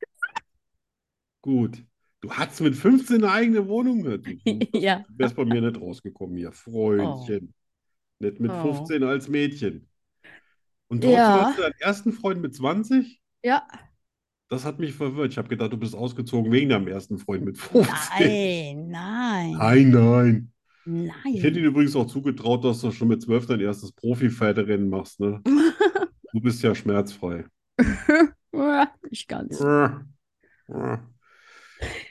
Speaker 1: Gut. Du hattest mit 15 eine eigene Wohnung. ne? Du
Speaker 2: ja.
Speaker 1: wärst bei mir nicht rausgekommen hier. Freundchen. Nicht mit
Speaker 2: Oh.
Speaker 1: 15 als Mädchen. Und trotzdem
Speaker 2: Ja.
Speaker 1: hast du deinen ersten Freund mit 20?
Speaker 2: Ja.
Speaker 1: Das hat mich verwirrt. Ich habe gedacht, du bist ausgezogen wegen deinem ersten Freund mit 15.
Speaker 2: Nein, nein,
Speaker 1: Nein, nein. Ich Ah, hätte
Speaker 2: nein.
Speaker 1: dir übrigens auch zugetraut, dass du schon mit 12 dein erstes Profi-Pferderennen machst,
Speaker 2: (laughs)
Speaker 1: ne? Du bist ja schmerzfrei.
Speaker 2: Ich ganz.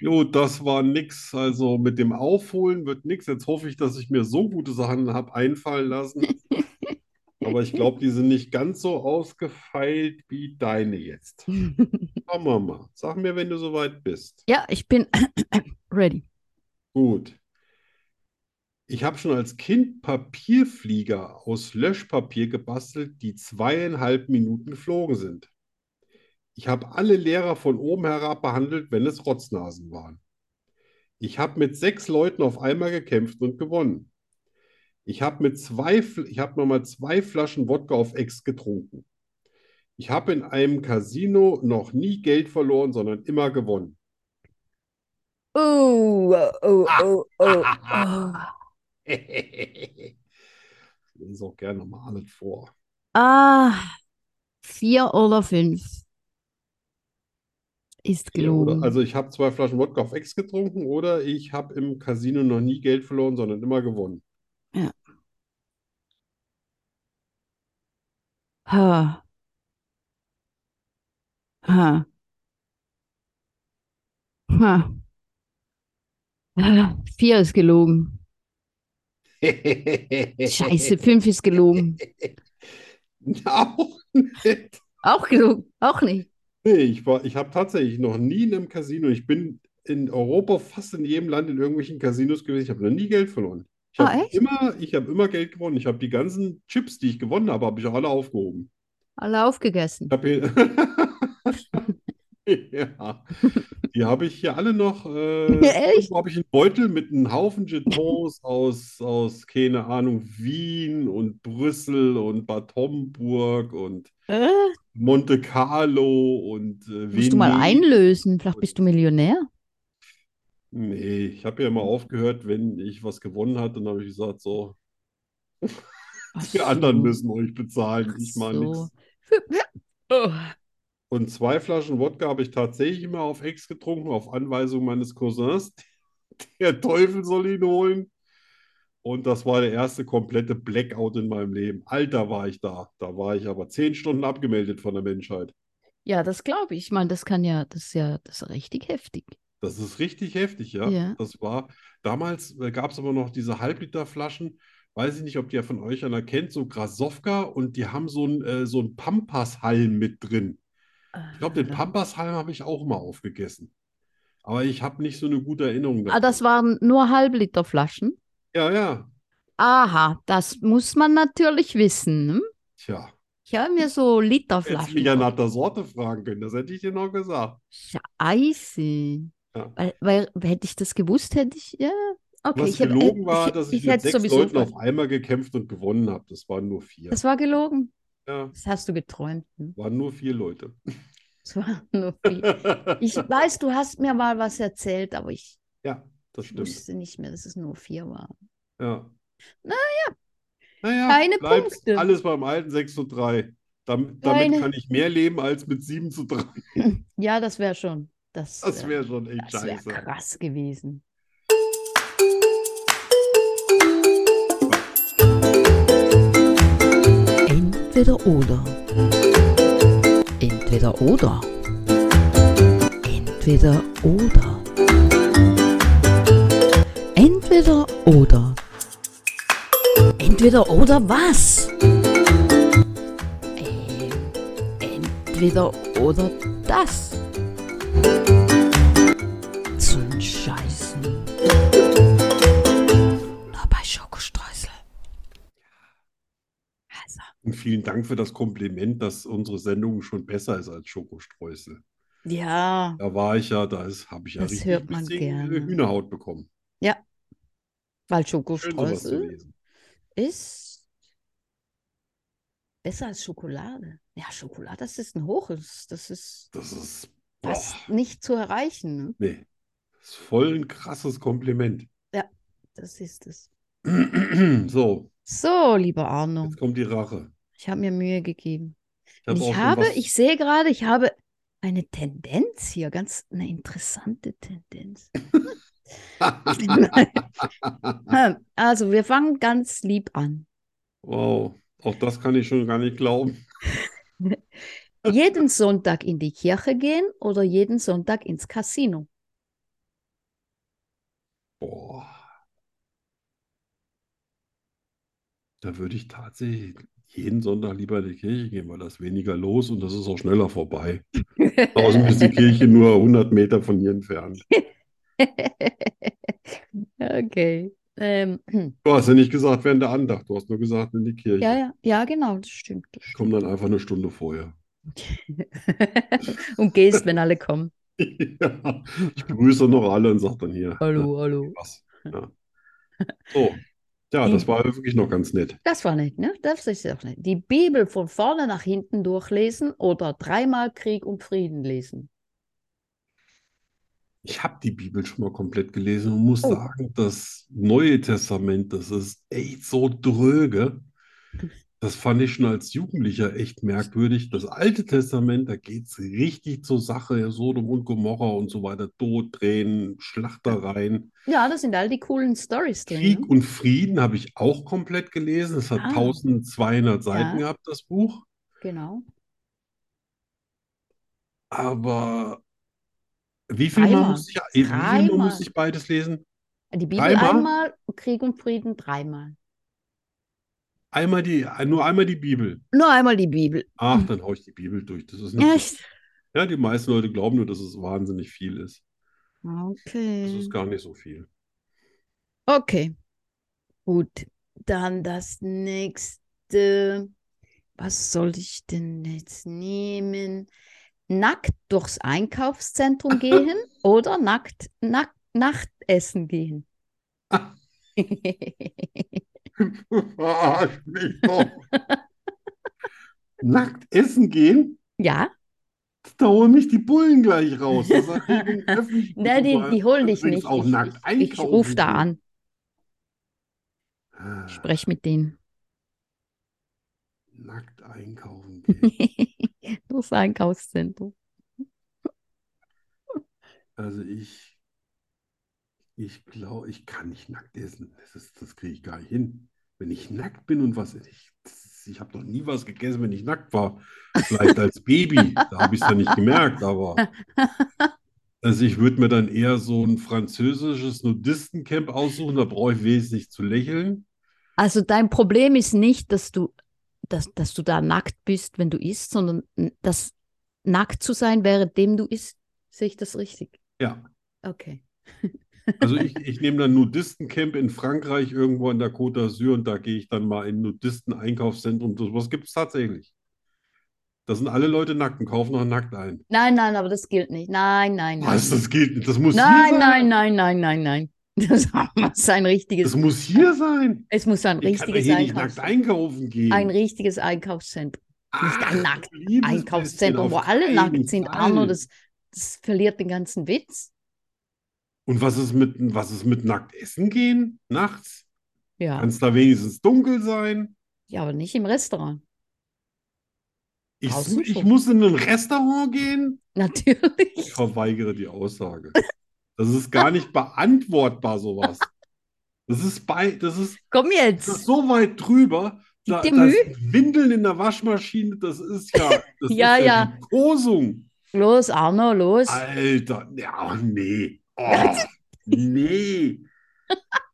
Speaker 1: Jo, das war nix. Also mit dem Aufholen wird nix. Jetzt hoffe ich, dass ich mir so gute Sachen habe einfallen lassen. Aber ich glaube, die sind nicht ganz so ausgefeilt wie deine jetzt. Schauen wir mal. Sag mir, wenn du soweit bist.
Speaker 2: Ja, ich bin ready.
Speaker 1: Gut. Ich habe schon als Kind Papierflieger aus Löschpapier gebastelt, die zweieinhalb Minuten geflogen sind. Ich habe alle Lehrer von oben herab behandelt, wenn es Rotznasen waren. Ich habe mit sechs Leuten auf einmal gekämpft und gewonnen. Ich habe mit zwei, Fl- ich habe nochmal zwei Flaschen Wodka auf Ex getrunken. Ich habe in einem Casino noch nie Geld verloren, sondern immer gewonnen.
Speaker 2: Oh, oh, oh, oh, oh.
Speaker 1: Ich lese auch gerne mal alles vor.
Speaker 2: Ah, vier oder fünf. Ist gelogen.
Speaker 1: Also ich habe zwei Flaschen Wodka auf Ex getrunken oder ich habe im Casino noch nie Geld verloren, sondern immer gewonnen.
Speaker 2: Ha. Ha. Ha. Ah, (laughs) Vier ist gelogen. Scheiße, fünf ist gelogen.
Speaker 1: (laughs) Auch nicht.
Speaker 2: Auch gelogen. Auch nicht.
Speaker 1: Nee, ich war, ich habe tatsächlich noch nie in einem Casino, ich bin in Europa fast in jedem Land in irgendwelchen Casinos gewesen, ich habe noch nie Geld verloren. Ich
Speaker 2: Ah,
Speaker 1: habe
Speaker 2: echt?
Speaker 1: immer, ich habe immer Geld gewonnen. Ich habe die ganzen Chips, die ich gewonnen habe, habe ich auch alle aufgehoben.
Speaker 2: Alle aufgegessen.
Speaker 1: Ich hab hier. (laughs) Ja, die habe ich hier alle noch. Äh,
Speaker 2: (laughs) Echt?
Speaker 1: habe ich einen Beutel mit einem Haufen Jetons aus, aus, keine Ahnung, Wien und Brüssel und Bad Homburg und
Speaker 2: Äh,
Speaker 1: Monte Carlo und äh,
Speaker 2: musst du mal
Speaker 1: Venedig.
Speaker 2: einlösen. Vielleicht bist du Millionär.
Speaker 1: Nee, ich habe ja immer aufgehört, wenn ich was gewonnen hatte, dann habe ich gesagt, so,
Speaker 2: Ach
Speaker 1: die anderen
Speaker 2: so.
Speaker 1: müssen euch bezahlen,
Speaker 2: Ach
Speaker 1: ich mache
Speaker 2: so.
Speaker 1: nichts.
Speaker 2: Oh.
Speaker 1: Und zwei Flaschen Wodka habe ich tatsächlich immer auf Ex getrunken, auf Anweisung meines Cousins. (laughs) Der Teufel soll ihn holen. Und das war der erste komplette Blackout in meinem Leben. Alter, war ich da. Da war ich aber zehn Stunden abgemeldet von der Menschheit.
Speaker 2: Ja, das glaube ich. Ich meine, das kann ja, das ist ja, das ist richtig heftig.
Speaker 1: Das ist richtig heftig, ja.
Speaker 2: Ja.
Speaker 1: Das war, damals äh, gab es aber noch diese Halbliterflaschen. Weiß ich nicht, ob die von euch einer kennt, so Krasowka und die haben so einen äh, so einen Pampashalm mit drin.
Speaker 2: Äh,
Speaker 1: Ich glaube, den Pampashalm habe ich auch mal aufgegessen. Aber ich habe nicht so eine gute Erinnerung
Speaker 2: Ah, das
Speaker 1: daran.
Speaker 2: waren nur Halbliterflaschen.
Speaker 1: Ja, ja.
Speaker 2: Aha, das muss man natürlich wissen. Ne?
Speaker 1: Tja,
Speaker 2: Ich habe mir so
Speaker 1: hättest du
Speaker 2: Literflaschen.
Speaker 1: mich ja nach der Sorte fragen können. Das hätte ich dir noch gesagt.
Speaker 2: Scheiße.
Speaker 1: Ja.
Speaker 2: Weil, weil hätte ich das gewusst, hätte ich. Ja, okay.
Speaker 1: Was
Speaker 2: ich hätte- äh,
Speaker 1: gelogen
Speaker 2: ich,
Speaker 1: war, dass ich
Speaker 2: ich
Speaker 1: mit
Speaker 2: hätte
Speaker 1: sechs
Speaker 2: sowieso.
Speaker 1: Leuten auf
Speaker 2: ver-
Speaker 1: einmal gekämpft und gewonnen habe. Das waren nur vier.
Speaker 2: Das war gelogen.
Speaker 1: Ja,
Speaker 2: Das hast du geträumt. ne?
Speaker 1: waren nur vier Leute.
Speaker 2: Das war nur viel.
Speaker 1: (laughs)
Speaker 2: Ich weiß, du hast mir mal was erzählt, aber ich
Speaker 1: Ja, das stimmt.
Speaker 2: wusste nicht mehr, dass es nur vier waren.
Speaker 1: Ja.
Speaker 2: Naja.
Speaker 1: Naja,
Speaker 2: Keine
Speaker 1: bleibt
Speaker 2: Punkte.
Speaker 1: alles beim alten 6 zu 3. Dam damit
Speaker 2: Keine-
Speaker 1: kann ich mehr leben als mit 7 zu 3.
Speaker 2: Ja, das wäre schon. Das,
Speaker 1: Das
Speaker 2: äh,
Speaker 1: wäre schon echt
Speaker 2: das wär
Speaker 1: scheiße.
Speaker 2: krass gewesen.
Speaker 3: Entweder oder. Entweder oder. Entweder oder. Entweder oder. Entweder oder was? Ähm, entweder oder das. Zum Scheißen. Nur bei Schokostreusel.
Speaker 2: Also,
Speaker 1: Und vielen Dank für das Kompliment, dass unsere Sendung schon besser ist als Schokostreusel.
Speaker 2: Ja,
Speaker 1: Da war ich ja, da ist- habe ich ja
Speaker 2: Das
Speaker 1: richtig
Speaker 2: hört
Speaker 1: ein
Speaker 2: man
Speaker 1: bisschen
Speaker 2: gerne.
Speaker 1: Hühnerhaut bekommen.
Speaker 2: weil
Speaker 1: Schön sowas zu
Speaker 2: Schokostreusel
Speaker 1: lesen.
Speaker 2: ist besser als Schokolade. Ja, Schokolade, das ist ein Hoches. Das ist
Speaker 1: Das ist, boah,
Speaker 2: fast nicht zu erreichen. Ne?
Speaker 1: nee, das ist voll ein krasses Kompliment. (clears throat)
Speaker 2: Das ist es.
Speaker 1: So,
Speaker 2: So, lieber Arno,
Speaker 1: jetzt kommt die Rache.
Speaker 2: ich habe mir Mühe gegeben.
Speaker 1: Ich habe auch
Speaker 2: Und ich
Speaker 1: schon
Speaker 2: habe,
Speaker 1: was-
Speaker 2: ich sehe gerade, ich habe eine Tendenz hier, ganz eine
Speaker 1: (laughs)
Speaker 2: interessante Tendenz. (laughs) also, wir fangen ganz lieb an.
Speaker 1: Wow, auch das kann ich schon gar nicht glauben.
Speaker 2: Jeden Sonntag in die Kirche gehen oder jeden Sonntag ins Casino. (laughs)
Speaker 1: Boah. Da würde ich tatsächlich jeden Sonntag lieber in die Kirche gehen, weil da ist weniger los und das ist auch schneller vorbei. Außerdem ist die
Speaker 2: (laughs)
Speaker 1: Kirche nur 100 Meter von hier entfernt.
Speaker 2: okay. Ähm, (clears throat)
Speaker 1: Du hast ja nicht gesagt, während der Andacht. Du hast nur gesagt, in die Kirche.
Speaker 2: ja, ja, ja, genau, das stimmt. (laughs) Das
Speaker 1: Ich komme dann einfach eine Stunde vorher. (laughs)
Speaker 2: stimmt. Und gehst, wenn alle kommen.
Speaker 1: Ja. Ich begrüße noch alle und sage dann hier, äh,
Speaker 2: Hallo, hallo.
Speaker 1: was? Ja. So. Ja, das war wirklich noch ganz nett.
Speaker 2: Das war nicht, ne? Das ist auch nicht. Die Bibel von vorne nach hinten durchlesen oder dreimal Krieg und Frieden lesen.
Speaker 1: Ich habe die Bibel schon mal komplett gelesen und muss
Speaker 2: Oh.
Speaker 1: sagen, das Neue Testament, das ist echt so dröge. Das fand ich schon als Jugendlicher echt merkwürdig. Das Alte Testament, da geht's richtig zur Sache, Sodom und Gomorra und so weiter, Tod, Tränen, Schlachtereien.
Speaker 2: Ja, da sind all die coolen Stories drin.
Speaker 1: Krieg
Speaker 2: ne?
Speaker 1: und Frieden habe ich auch komplett gelesen. Es hat
Speaker 2: Ah.
Speaker 1: 1200 Seiten
Speaker 2: Ja.
Speaker 1: gehabt, das Buch.
Speaker 2: Genau.
Speaker 1: Aber wie viel Mal
Speaker 2: Dreimal.
Speaker 1: muss ich, wie viel Mal
Speaker 2: Dreimal.
Speaker 1: muss ich beides lesen?
Speaker 2: Die Bibel
Speaker 1: Dreimal?
Speaker 2: einmal, Krieg und Frieden dreimal.
Speaker 1: Einmal die, nur einmal die Bibel.
Speaker 2: Nur einmal die Bibel.
Speaker 1: Ach, dann haue ich die Bibel durch. Das ist nicht.
Speaker 2: Hm. Echt?
Speaker 1: Ja, die meisten Leute glauben nur, dass es wahnsinnig viel ist. Das
Speaker 2: Okay.
Speaker 1: ist gar nicht so
Speaker 2: (laughs)
Speaker 1: viel.
Speaker 2: Okay. Gut. Dann das nächste. Was soll ich denn jetzt nehmen? Nackt durchs
Speaker 1: (laughs)
Speaker 2: Einkaufszentrum gehen oder nackt, nackt
Speaker 1: (laughs)
Speaker 2: Nachtessen gehen?
Speaker 1: Verarsch mich doch. Nackt essen gehen?
Speaker 2: Ja,
Speaker 1: Da holen mich die Bullen gleich raus. Das hat
Speaker 2: (laughs)
Speaker 1: wegen öffentlichen
Speaker 2: ne, die,
Speaker 1: Überall.
Speaker 2: die holen dich
Speaker 1: Übrigens
Speaker 2: nicht.
Speaker 1: auch
Speaker 2: ich
Speaker 1: nackt
Speaker 2: ich, ich
Speaker 1: einkaufen
Speaker 2: rufe da
Speaker 1: gehen.
Speaker 2: an,
Speaker 1: Ah,
Speaker 2: sprech mit denen. (laughs)
Speaker 1: Nackt einkaufen gehen.
Speaker 2: durchs Einkaufszentrum.
Speaker 1: Also ich, ich glaube, ich kann nicht nackt essen. Das ist, das kriege ich gar nicht hin. Wenn ich nackt bin und was, ich, das ist- ich habe noch nie was gegessen, wenn ich nackt war. Vielleicht als Baby, da habe ich es dann nicht gemerkt, aber also ich würde mir dann eher so ein französisches Nudistencamp aussuchen, da brauche ich wenigstens nicht zu lächeln.
Speaker 2: Also dein Problem ist nicht, dass du, dass, dass du da nackt bist, wenn du isst, sondern n- das nackt zu sein, währenddem du isst. Sehe ich das richtig?
Speaker 1: Ja,
Speaker 2: Okay.
Speaker 1: also ich, ich nehme dann Nudistencamp in Frankreich irgendwo an der Côte d'Azur und da gehe ich dann mal in ein Nudisten-Einkaufszentrum. Sowas gibt es tatsächlich. Da sind alle Leute nackt und kaufen noch nackt ein.
Speaker 2: Nein, nein, aber das gilt nicht. Nein, nein, nein.
Speaker 1: Was? Das geht nicht. Das muss hier
Speaker 2: Nein,
Speaker 1: sein.
Speaker 2: nein, nein, nein, nein, nein. Das muss ein
Speaker 1: Das
Speaker 2: richtiges,
Speaker 1: muss hier sein.
Speaker 2: es muss ein
Speaker 1: Ich kann doch
Speaker 2: richtiges
Speaker 1: hier nicht nackt
Speaker 2: Einkaufszentrum.
Speaker 1: einkaufen gehen.
Speaker 2: Ein richtiges Einkaufszentrum. nicht ein
Speaker 1: Ach,
Speaker 2: nackt-
Speaker 1: du liebes
Speaker 2: Einkaufszentrum,
Speaker 1: bisschen,
Speaker 2: wo
Speaker 1: auf
Speaker 2: alle
Speaker 1: keinen
Speaker 2: nackt sind. Arno,
Speaker 1: Fall.
Speaker 2: das, das verliert den ganzen Witz.
Speaker 1: Und was ist mit, was ist mit nackt essen gehen? Nachts?
Speaker 2: Ja.
Speaker 1: Kann es da wenigstens dunkel sein?
Speaker 2: Ja, aber nicht im Restaurant. (laughs)
Speaker 1: Ich,
Speaker 2: Draußen
Speaker 1: ich
Speaker 2: schon.
Speaker 1: muss in ein Restaurant gehen?
Speaker 2: Natürlich.
Speaker 1: Ich verweigere die Aussage. Das ist gar nicht beantwortbar, sowas. Das ist bei, das ist
Speaker 2: Komm
Speaker 1: Das ist
Speaker 2: jetzt.
Speaker 1: so weit drüber, da,
Speaker 2: Gib dir
Speaker 1: das
Speaker 2: Mühe.
Speaker 1: Windeln in der Waschmaschine, das ist ja, das
Speaker 2: Ja,
Speaker 1: ist
Speaker 2: ja.
Speaker 1: die Kosung.
Speaker 2: Los, Arno, los.
Speaker 1: Alter, ja, nee.
Speaker 2: (laughs)
Speaker 1: Oh, nee.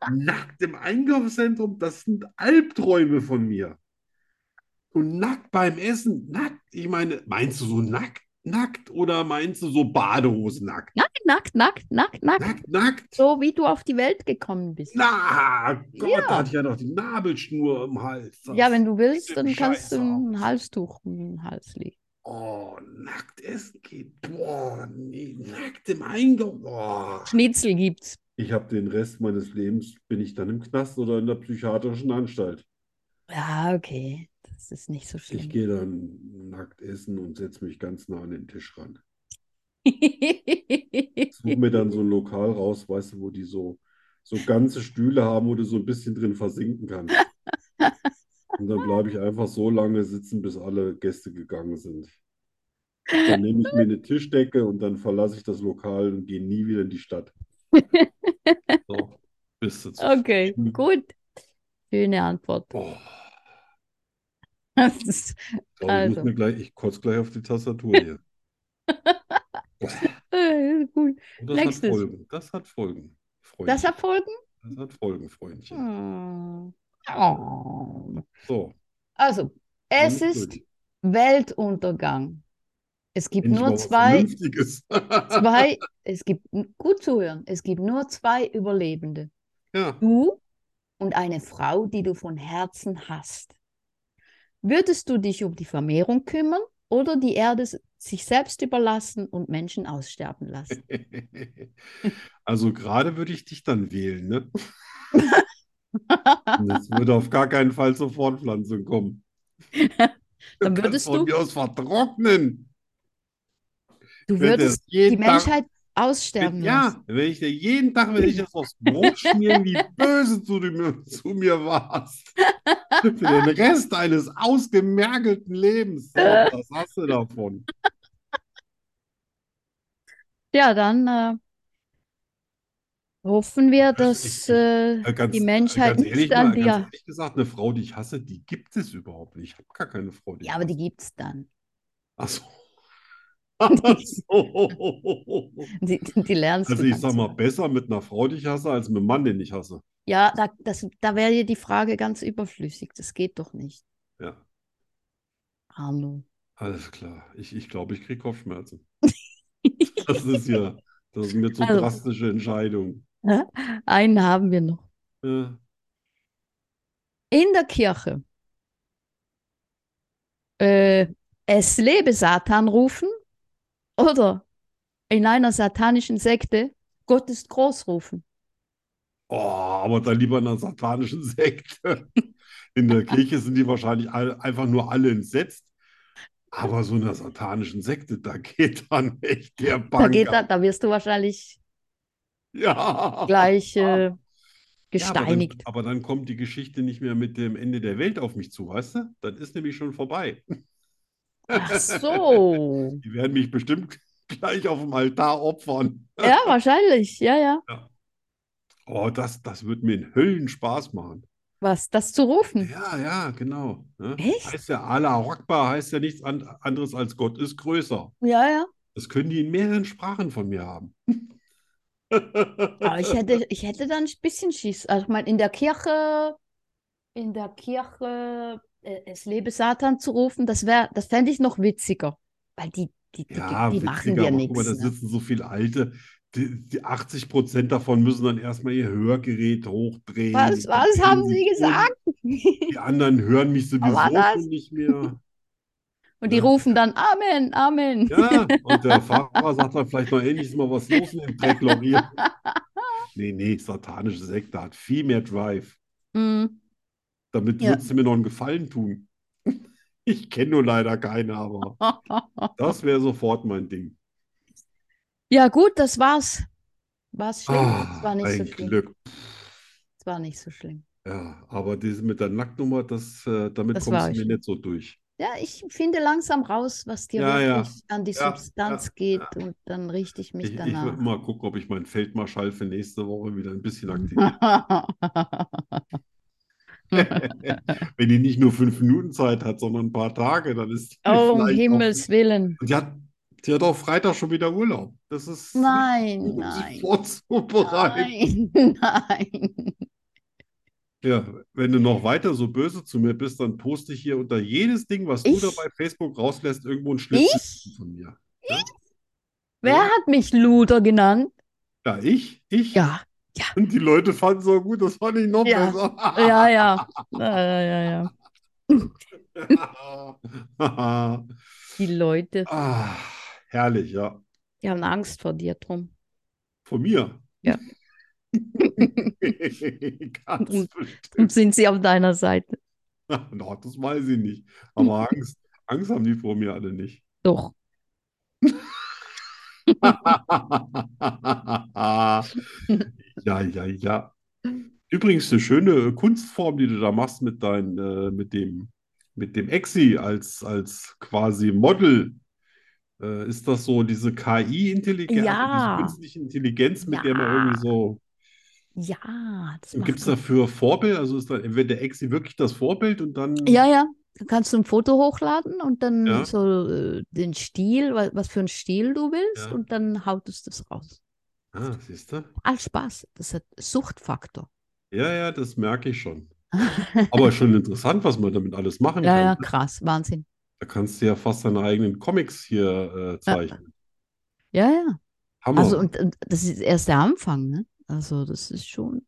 Speaker 1: Nackt im Einkaufszentrum, das sind Albträume von mir. Und nackt beim Essen, nackt, ich meine, meinst du so nackt, nackt oder meinst du so Badehosen nackt?
Speaker 2: Nackt, nackt, nackt, nackt, nackt.
Speaker 1: Nackt, nackt.
Speaker 2: So wie du auf die Welt gekommen bist.
Speaker 1: Na, Gott,
Speaker 2: Ja.
Speaker 1: da hatte ich ja noch die Nabelschnur im Hals.
Speaker 2: Ja, wenn du willst,
Speaker 1: sieht
Speaker 2: dann
Speaker 1: dem
Speaker 2: kannst du
Speaker 1: Scheiß
Speaker 2: ein Halstuch um den Hals legen.
Speaker 1: Oh, nackt essen geht. Boah, nee, nackt im Eingang. Boah.
Speaker 2: Schnitzel gibt's.
Speaker 1: Ich habe den Rest meines Lebens, bin ich dann im Knast oder in der psychiatrischen Anstalt.
Speaker 2: Ja, okay. Das ist nicht so
Speaker 1: Ich
Speaker 2: schlimm.
Speaker 1: gehe dann nackt essen und setze mich ganz nah an den Tisch
Speaker 2: (laughs)
Speaker 1: ran. Suche mir dann so ein Lokal raus, weißt du, wo die so, so ganze Stühle haben, wo du so ein bisschen drin versinken kannst. Und dann bleibe ich einfach so lange sitzen, bis alle Gäste gegangen sind. Dann nehme ich mir eine Tischdecke und dann verlasse ich das Lokal und gehe nie wieder in die Stadt. (laughs) So, bist du zufrieden?
Speaker 2: (laughs) okay, gut. Schöne Antwort.
Speaker 1: Boah,
Speaker 2: (laughs) Das ist-
Speaker 1: so, ich muss
Speaker 2: Also.
Speaker 1: mir gleich, ich kotze gleich auf die Tastatur hier.
Speaker 2: äh, gut.
Speaker 1: Und das hat
Speaker 2: Nächstes.
Speaker 1: Folgen, das hat Folgen,
Speaker 2: Das
Speaker 1: Freundchen.
Speaker 2: hat Folgen?
Speaker 1: Das hat Folgen, Freundchen.
Speaker 2: Hm. Oh.
Speaker 1: So,
Speaker 2: Also, es
Speaker 1: nun
Speaker 2: ist
Speaker 1: gut.
Speaker 2: Weltuntergang. Es gibt
Speaker 1: Endlich
Speaker 2: nur
Speaker 1: mal was
Speaker 2: zwei,
Speaker 1: Vernünftiges. (laughs)
Speaker 2: zwei, es gibt, gut zuhören, es gibt nur zwei Überlebende.
Speaker 1: Ja.
Speaker 2: Du und eine Frau, die du von Herzen hast. Würdest du dich um die Vermehrung kümmern oder die Erde s- sich selbst überlassen und Menschen aussterben lassen?
Speaker 1: (laughs) Also gerade würde ich dich dann wählen,
Speaker 2: (laughs)
Speaker 1: ne? Und Es würde auf gar keinen Fall zur Fortpflanzung kommen. Du
Speaker 2: (laughs) Dann
Speaker 1: kannst
Speaker 2: würdest
Speaker 1: von
Speaker 2: du-
Speaker 1: mir aus vertrocknen.
Speaker 2: Du
Speaker 1: Wenn der
Speaker 2: würdest die
Speaker 1: jeden Tag-
Speaker 2: Menschheit aussterben
Speaker 1: Wenn,
Speaker 2: lassen.
Speaker 1: ja, wenn ich dir jeden Tag, wenn ich das aufs Brot schmieren,
Speaker 2: (laughs)
Speaker 1: wie böse du di- mir, zu mir warst. Für den Rest deines ausgemergelten Lebens. So, was hast du davon?
Speaker 2: Ja, dann äh, hoffen wir,
Speaker 1: Also ich-
Speaker 2: dass äh,
Speaker 1: Äh, Ganz,
Speaker 2: die Menschheit
Speaker 1: ganz ehrlich
Speaker 2: nicht an
Speaker 1: mal, ganz
Speaker 2: dir.
Speaker 1: ehrlich gesagt, eine Frau, die ich hasse, die gibt es überhaupt nicht. Ich habe gar keine Frau, die ich
Speaker 2: Ja, aber
Speaker 1: hasse.
Speaker 2: die gibt's dann.
Speaker 1: Ach so.
Speaker 2: (laughs)
Speaker 1: Ach so.
Speaker 2: Die, die
Speaker 1: (laughs)
Speaker 2: lernst
Speaker 1: Also
Speaker 2: du
Speaker 1: ich
Speaker 2: dann
Speaker 1: sag
Speaker 2: so.
Speaker 1: mal, besser mit einer Frau, die ich hasse, als mit einem Mann, den ich hasse.
Speaker 2: Ja, da, das, da wäre dir die Frage ganz überflüssig. Das geht doch nicht.
Speaker 1: Ja,
Speaker 2: Arno.
Speaker 1: alles klar. Ich, ich glaube, ich kriege
Speaker 2: (laughs)
Speaker 1: Kopfschmerzen. Das ist ja, das ist mir zu
Speaker 2: Also.
Speaker 1: drastische Entscheidung.
Speaker 2: Einen haben wir noch.
Speaker 1: Ja.
Speaker 2: In der Kirche. Äh, es lebe Satan rufen oder in einer satanischen Sekte Gott ist groß rufen.
Speaker 1: Oh, aber dann lieber in einer satanischen Sekte. In der Kirche sind die wahrscheinlich alle, einfach nur alle entsetzt. Aber so in einer satanischen Sekte, da geht dann echt der
Speaker 2: Da, geht da,
Speaker 1: Banker.
Speaker 2: da wirst du wahrscheinlich
Speaker 1: Ja.
Speaker 2: gleich
Speaker 1: Ja,
Speaker 2: äh,
Speaker 1: aber
Speaker 2: gesteinigt.
Speaker 1: (laughs) dann, aber dann kommt die Geschichte nicht mehr mit dem Ende der Welt auf mich zu, weißt du? Dann ist nämlich schon vorbei.
Speaker 2: Ach so.
Speaker 1: Die werden mich bestimmt (laughs) gleich auf dem Altar opfern.
Speaker 2: Ja, wahrscheinlich. Ja, ja.
Speaker 1: Oh, das, das wird mir in Höllen Spaß machen.
Speaker 2: Was? Das zu rufen?
Speaker 1: Ja, ja, genau. Ne?
Speaker 2: Hm. Echt?
Speaker 1: Heißt ja, Allah Akbar heißt ja nichts an, anderes als Gott ist größer.
Speaker 2: Ja, ja.
Speaker 1: Das können die in mehreren Sprachen von mir haben.
Speaker 2: Aber Ah, ich hätte, ich hätte dann ein bisschen Schiss. Also, ich meine, in der Kirche, in der Kirche, äh, es lebe Satan zu rufen, das wäre, das fände ich noch witziger. Weil die, die,
Speaker 1: (laughs)
Speaker 2: die,
Speaker 1: Ja,
Speaker 2: die machen
Speaker 1: witziger,
Speaker 2: dir
Speaker 1: aber guck mal,
Speaker 2: nichts.
Speaker 1: da
Speaker 2: Ne?
Speaker 1: sitzen so viele Alte. Die, die 80 Prozent davon müssen dann erstmal ihr Hörgerät hochdrehen.
Speaker 2: Was,
Speaker 1: Die
Speaker 2: was haben
Speaker 1: drehen
Speaker 2: sie
Speaker 1: sich um.
Speaker 2: gesagt? (laughs)
Speaker 1: Die anderen hören mich sowieso
Speaker 2: war das?
Speaker 1: schon nicht mehr.
Speaker 2: Und die
Speaker 1: Ja.
Speaker 2: rufen dann Amen, Amen.
Speaker 1: Ja, und der Pfarrer sagt dann vielleicht noch endlich ist mal was los in dem Dreck,
Speaker 2: (laughs)
Speaker 1: Laurier. Nee, nee, satanische Sekte hat viel mehr Drive.
Speaker 2: (laughs) Mm.
Speaker 1: Damit
Speaker 2: Ja.
Speaker 1: würdest du mir noch einen Gefallen tun. (laughs) Ich kenne nur leider keine, aber
Speaker 2: (laughs)
Speaker 1: das wäre sofort mein Ding.
Speaker 2: Ja, gut, das war's. War's schlimm?
Speaker 1: Ah,
Speaker 2: Es war nicht so
Speaker 1: ein
Speaker 2: schlimm.
Speaker 1: Glück.
Speaker 2: Es war nicht so schlimm.
Speaker 1: Ja, aber diese mit der Nacktnummer, das, äh, damit
Speaker 2: Das
Speaker 1: kommst
Speaker 2: war
Speaker 1: du mir
Speaker 2: ich.
Speaker 1: nicht so durch.
Speaker 2: Ja, ich finde langsam raus, was dir
Speaker 1: Ja, ja.
Speaker 2: wirklich an die
Speaker 1: Ja,
Speaker 2: Substanz geht und dann richte ich mich
Speaker 1: Ich, ich
Speaker 2: danach.
Speaker 1: (laughs)
Speaker 2: (laughs)
Speaker 1: will mal gucken, ob ich meinen Feldmarschall für nächste Woche wieder ein bisschen
Speaker 2: (laughs)
Speaker 1: aktiviere. Wenn die nicht nur fünf Minuten Zeit hat, sondern ein paar Tage, dann ist die
Speaker 2: oh, um
Speaker 1: vielleicht auch-
Speaker 2: Himmels Willen.
Speaker 1: Und die hat, die hat auch Freitag schon wieder Urlaub. Das ist nicht
Speaker 2: Nein,
Speaker 1: gut, um sich
Speaker 2: nein,
Speaker 1: vorzubereiten.
Speaker 2: nein, nein. (laughs)
Speaker 1: Ja, wenn du noch weiter so böse zu mir bist, dann poste ich hier unter jedes Ding, was du
Speaker 2: Ich?
Speaker 1: da bei Facebook rauslässt, irgendwo ein Schnipsel
Speaker 2: Ich?
Speaker 1: von mir.
Speaker 2: Wer hat mich Luder genannt?
Speaker 1: Ja, ich, ich.
Speaker 2: Ja,
Speaker 1: Und die Leute fanden es so gut, das fand ich noch
Speaker 2: Ja.
Speaker 1: besser.
Speaker 2: ja, (laughs) ja. Ja, ja, ja, ja.
Speaker 1: ja.
Speaker 2: Die Leute,
Speaker 1: (laughs) Ah, herrlich, ja.
Speaker 2: die haben Angst vor dir drum.
Speaker 1: Von mir.
Speaker 2: Ja.
Speaker 1: (laughs) Ganz
Speaker 2: Und-
Speaker 1: bestimmt. (laughs)
Speaker 2: Und sind sie auf deiner Seite?
Speaker 1: Na, das weiß ich nicht. Aber Angst, Angst haben die vor mir alle nicht.
Speaker 2: Doch.
Speaker 1: ja, (laughs) ja, ja. Übrigens eine schöne Kunstform, die du da machst mit dein, äh, mit dem, mit dem Exi als, als quasi Model. Äh, ist das so diese KI-Intelligenz,
Speaker 2: Ja.
Speaker 1: also diese künstliche Intelligenz, mit der man
Speaker 2: Ja.
Speaker 1: irgendwie so.
Speaker 2: Ja, das
Speaker 1: Gibt es
Speaker 2: macht-
Speaker 1: dafür Vorbild? Also ist dann entweder der Exi wirklich das Vorbild und dann.
Speaker 2: Ja, ja. Dann kannst du ein Foto hochladen und dann
Speaker 1: Ja.
Speaker 2: so äh, den Stil, wa- was für einen Stil du willst,
Speaker 1: Ja.
Speaker 2: und dann haut es das raus.
Speaker 1: Ah, siehst du?
Speaker 2: All Spaß. Das hat Suchtfaktor.
Speaker 1: Ja, ja, das merke ich schon. Aber schon interessant, was man damit alles machen
Speaker 2: Ja,
Speaker 1: kann.
Speaker 2: ja, krass. Wahnsinn.
Speaker 1: Da kannst du ja fast deine eigenen Comics hier äh, zeichnen.
Speaker 2: Ja, ja.
Speaker 1: Hammer.
Speaker 2: Also, und, und das ist erst der Anfang, ne? Also, das ist schon.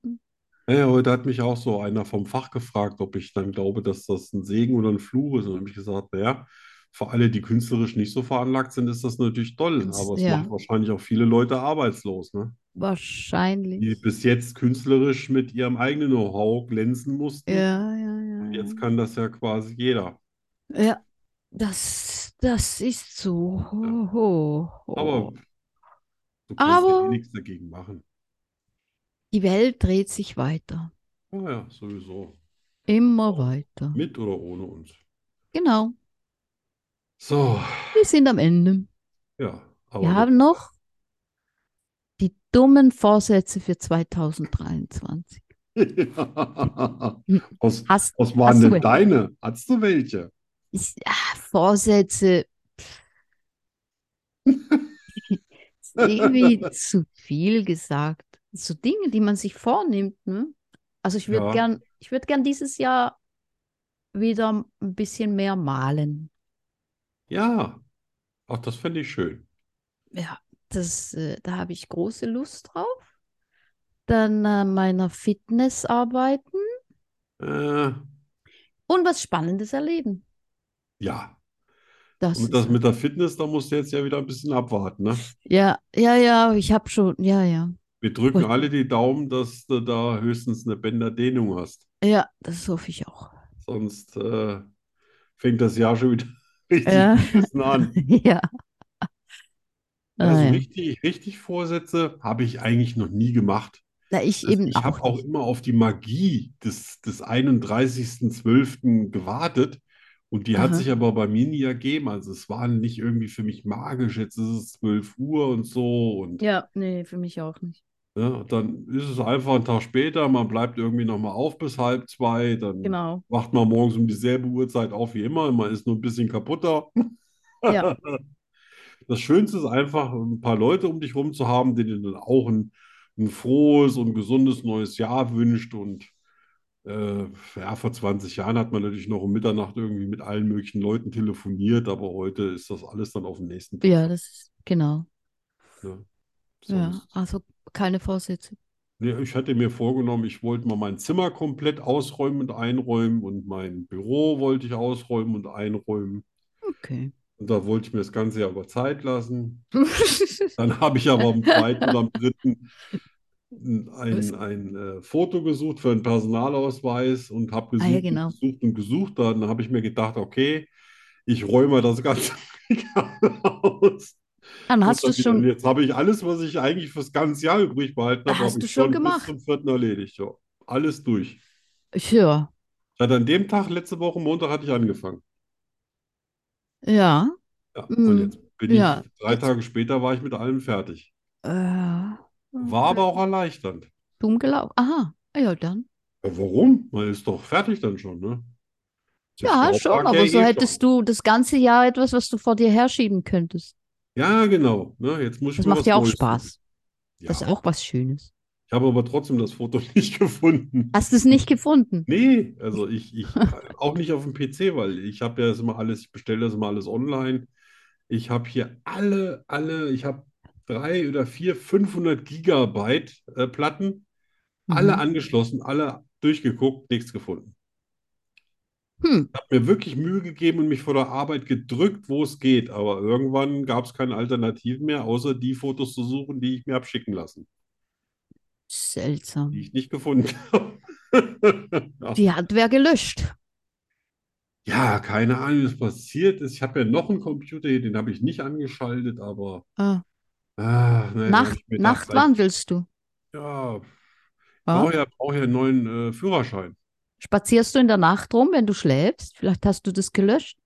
Speaker 1: Naja, heute hat mich auch so einer vom Fach gefragt, ob ich dann glaube, dass das ein Segen oder ein Fluch ist. Und habe ich gesagt, naja, für alle, die künstlerisch nicht so veranlagt sind, ist das natürlich toll.
Speaker 2: Ganz-
Speaker 1: Aber es
Speaker 2: ja.
Speaker 1: macht wahrscheinlich auch viele Leute arbeitslos, ne? Die
Speaker 2: Wahrscheinlich.
Speaker 1: bis jetzt künstlerisch mit ihrem eigenen Know-how glänzen mussten.
Speaker 2: Ja, ja, ja.
Speaker 1: Jetzt kann das ja quasi jeder.
Speaker 2: ja. Ja, das, das ist so. Ho,
Speaker 1: Ja.
Speaker 2: ho, ho.
Speaker 1: Aber du kannst ja eh
Speaker 2: Oh. Aber-
Speaker 1: nichts dagegen machen.
Speaker 2: Die Welt dreht sich weiter.
Speaker 1: Naja, sowieso.
Speaker 2: Immer weiter.
Speaker 1: Mit oder ohne uns.
Speaker 2: Genau.
Speaker 1: So,
Speaker 2: Wir sind am Ende.
Speaker 1: ja, aber
Speaker 2: Wir haben noch die dummen Vorsätze für 2023.
Speaker 1: (laughs) Ja. Was,
Speaker 2: Hast,
Speaker 1: was waren
Speaker 2: Hast du
Speaker 1: denn
Speaker 2: welche?
Speaker 1: deine? Hattest du welche?
Speaker 2: ich, ah,
Speaker 1: (laughs)
Speaker 2: Vorsätze. pff. Ist irgendwie zu viel gesagt. So Dinge, die man sich vornimmt. Ne? Also ich würde
Speaker 1: Ja.
Speaker 2: gern, ich würde gern dieses Jahr wieder ein bisschen mehr malen.
Speaker 1: Ja. Ach, das fände ich schön.
Speaker 2: Ja, das, äh, da habe ich große Lust drauf. Dann an meiner Fitness arbeiten
Speaker 1: Äh,
Speaker 2: und was Spannendes erleben.
Speaker 1: ja.
Speaker 2: Das
Speaker 1: Und
Speaker 2: ist
Speaker 1: das mit der Fitness, da musst du jetzt ja wieder ein bisschen abwarten, ne?
Speaker 2: Ja, ja, ja, ich habe schon, ja, ja.
Speaker 1: Wir drücken
Speaker 2: Gut.
Speaker 1: alle die Daumen, dass du da höchstens eine Bänderdehnung hast.
Speaker 2: Ja, das hoffe ich auch.
Speaker 1: Sonst äh, fängt das Jahr schon wieder (laughs) richtig
Speaker 2: Ja.
Speaker 1: beschissen an.
Speaker 2: Ja.
Speaker 1: Also
Speaker 2: (laughs) Ah, ja.
Speaker 1: richtig, richtig Vorsätze habe ich eigentlich noch nie gemacht.
Speaker 2: Na, ich
Speaker 1: Also
Speaker 2: eben
Speaker 1: ich habe
Speaker 2: auch
Speaker 1: auch
Speaker 2: nicht.
Speaker 1: immer auf die Magie des, des 31.12. gewartet und die hat
Speaker 2: Aha.
Speaker 1: sich aber bei mir nie ergeben. Also es war nicht irgendwie für mich magisch, jetzt ist es 12 Uhr und so und
Speaker 2: Ja, nee, für mich auch nicht.
Speaker 1: ne, dann ist es einfach ein Tag später, man bleibt irgendwie nochmal auf bis halb zwei, dann
Speaker 2: Genau.
Speaker 1: wacht man morgens um dieselbe Uhrzeit auf wie immer, man ist nur ein bisschen kaputter.
Speaker 2: (laughs) Ja.
Speaker 1: (laughs) Das Schönste ist einfach, ein paar Leute um dich rum zu haben, denen du dann auch ein, ein frohes und gesundes neues Jahr wünscht. Und äh, ja, vor 20 Jahren hat man natürlich noch um Mitternacht irgendwie mit allen möglichen Leuten telefoniert, aber heute ist das alles dann auf den nächsten Tag.
Speaker 2: Ja, das ist, genau.
Speaker 1: ne?
Speaker 2: Ja,
Speaker 1: Sonst-
Speaker 2: also keine Vorsätze.
Speaker 1: Nee, ich hatte mir vorgenommen, ich wollte mal mein Zimmer komplett ausräumen und einräumen und mein Büro wollte ich ausräumen und einräumen.
Speaker 2: (laughs) Okay.
Speaker 1: Und da wollte ich mir das ganze Jahr über Zeit lassen. Dann (laughs) habe ich aber am zweiten oder am dritten ein,
Speaker 2: Was?
Speaker 1: ein äh, Foto gesucht für einen Personalausweis und habe
Speaker 2: Ah,
Speaker 1: gesucht,
Speaker 2: ja,
Speaker 1: und
Speaker 2: genau.
Speaker 1: gesucht und gesucht. Dann habe ich mir gedacht, okay, ich räume das ganze Regal aus.
Speaker 2: Dann hast
Speaker 1: Und
Speaker 2: du
Speaker 1: dann wieder- und
Speaker 2: schon, Ah,
Speaker 1: jetzt habe ich alles, was ich eigentlich fürs ganze Jahr übrig behalten habe,
Speaker 2: Hast
Speaker 1: habe
Speaker 2: du
Speaker 1: ich
Speaker 2: schon
Speaker 1: schon bis
Speaker 2: gemacht?
Speaker 1: zum vierten erledigt. Ja. Alles durch.
Speaker 2: ja,
Speaker 1: Ich hatte an dem Tag, letzte Woche Montag, hatte ich angefangen.
Speaker 2: ja,
Speaker 1: Ja.
Speaker 2: Mm,
Speaker 1: Und jetzt bin ich,
Speaker 2: ja.
Speaker 1: drei Tage später war ich mit allem fertig.
Speaker 2: äh,
Speaker 1: War aber auch erleichternd.
Speaker 2: dumm gelaufen. Aha, ja, dann.
Speaker 1: Ja, warum? Man ist doch fertig dann schon, ne? Der
Speaker 2: Ja,
Speaker 1: Staub
Speaker 2: schon,
Speaker 1: lag
Speaker 2: aber
Speaker 1: ja
Speaker 2: so
Speaker 1: eh
Speaker 2: hättest
Speaker 1: schon.
Speaker 2: du das ganze Jahr etwas, was du vor dir herschieben könntest.
Speaker 1: Ja, genau. Ne? Jetzt muss ich
Speaker 2: Das
Speaker 1: mir
Speaker 2: macht
Speaker 1: was
Speaker 2: ja auch
Speaker 1: Neues
Speaker 2: Spaß.
Speaker 1: suchen.
Speaker 2: Das ist
Speaker 1: Ja.
Speaker 2: auch was Schönes.
Speaker 1: Ich habe aber trotzdem das Foto (laughs) nicht gefunden.
Speaker 2: Hast du es nicht gefunden?
Speaker 1: Nee, also ich,
Speaker 2: (laughs)
Speaker 1: ich auch nicht auf dem PC, weil ich habe ja das immer alles, ich bestelle das immer alles online. Ich habe hier alle, alle, ich habe drei oder vier 500 Gigabyte äh, Platten, alle
Speaker 2: Mhm.
Speaker 1: angeschlossen, alle durchgeguckt, nichts gefunden.
Speaker 2: Hm.
Speaker 1: Ich habe mir wirklich Mühe gegeben und mich vor der Arbeit gedrückt, wo es geht. Aber irgendwann gab es keine Alternativen mehr, außer die Fotos zu suchen, die ich mir habe schicken lassen, die
Speaker 2: Seltsam.
Speaker 1: ich nicht gefunden (laughs) habe.
Speaker 2: Die hat wer gelöscht.
Speaker 1: Ja, keine Ahnung, was passiert ist. Ich habe ja noch einen Computer hier, den habe ich nicht angeschaltet, aber
Speaker 2: Ah.
Speaker 1: ah, naja,
Speaker 2: Nacht,
Speaker 1: ich mir
Speaker 2: Nacht
Speaker 1: dachte,
Speaker 2: wandelst du.
Speaker 1: ja,
Speaker 2: Ja?
Speaker 1: brauche ja, brauch ja einen neuen äh, Führerschein.
Speaker 2: Spazierst du in der Nacht rum, wenn du schläfst? Vielleicht hast du das gelöscht.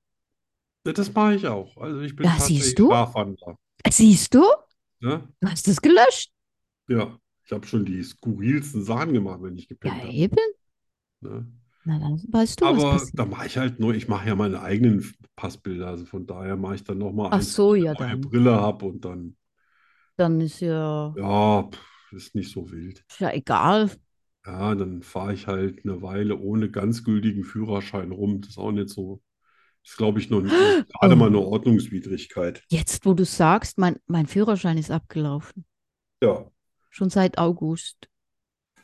Speaker 1: Ja, Das mache ich auch. Also ich bin
Speaker 2: Ja, siehst
Speaker 1: tatsächlich
Speaker 2: du?
Speaker 1: Schlafwandler.
Speaker 2: Siehst du?
Speaker 1: Ne?
Speaker 2: Du hast es gelöscht.
Speaker 1: Ja, ich habe schon die skurrilsten Sachen gemacht, wenn ich gepennt
Speaker 2: Ja,
Speaker 1: habe.
Speaker 2: eben.
Speaker 1: Ne?
Speaker 2: Na, dann weißt du, was
Speaker 1: Genau. Aber
Speaker 2: passiert.
Speaker 1: da mache ich halt nur, ich mache ja meine eigenen Passbilder. Also von daher mache ich dann nochmal
Speaker 2: Ach
Speaker 1: eins,
Speaker 2: so,
Speaker 1: wenn
Speaker 2: ja,
Speaker 1: ich eine neue
Speaker 2: dann.
Speaker 1: Brille habe und dann,
Speaker 2: Dann ist ja,
Speaker 1: ja, pff, ist nicht so wild.
Speaker 2: ist ja egal.
Speaker 1: Ja, dann fahre ich halt eine Weile ohne ganz gültigen Führerschein rum. Das ist auch nicht so. Ist, glaube ich, noch
Speaker 2: (gasps)
Speaker 1: nicht, gerade
Speaker 2: Oh.
Speaker 1: mal eine Ordnungswidrigkeit.
Speaker 2: Jetzt, wo du sagst, mein, mein Führerschein ist abgelaufen.
Speaker 1: Ja.
Speaker 2: Schon seit August.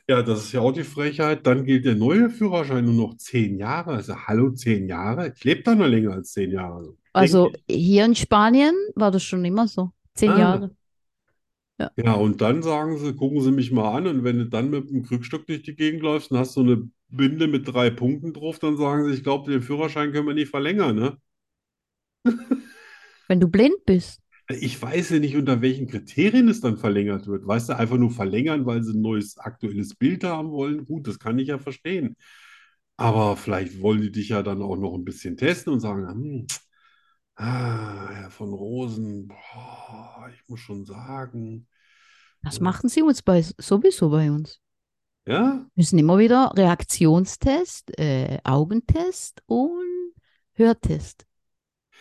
Speaker 1: Ja, das ist ja auch die Frechheit. Dann gilt der neue Führerschein nur noch zehn Jahre. Also, hallo, zehn Jahre? Ich lebe da nur länger als zehn Jahre. Also,
Speaker 2: Also
Speaker 1: denke
Speaker 2: hier in Spanien war das schon immer so. Zehn
Speaker 1: Ah.
Speaker 2: Jahre.
Speaker 1: ich. Ja, und dann sagen sie, gucken sie mich mal an. Und wenn du dann mit dem Krückstock durch die Gegend läufst und hast so eine Binde mit drei Punkten drauf, dann sagen sie, ich glaube, den Führerschein können wir nicht verlängern, ne?
Speaker 2: Wenn du blind bist.
Speaker 1: Ich weiß ja nicht, unter welchen Kriterien es dann verlängert wird. Weißt du, einfach nur verlängern, weil sie ein neues aktuelles Bild haben wollen? Gut, das kann ich ja verstehen. Aber vielleicht wollen die dich ja dann auch noch ein bisschen testen und sagen, hm, ah, Herr von Rosen, boah, ich muss schon sagen,
Speaker 2: Das
Speaker 1: Ja.
Speaker 2: machen sie uns bei, sowieso bei uns.
Speaker 1: ja,
Speaker 2: müssen immer wieder Reaktionstest, äh, Augentest und Hörtest.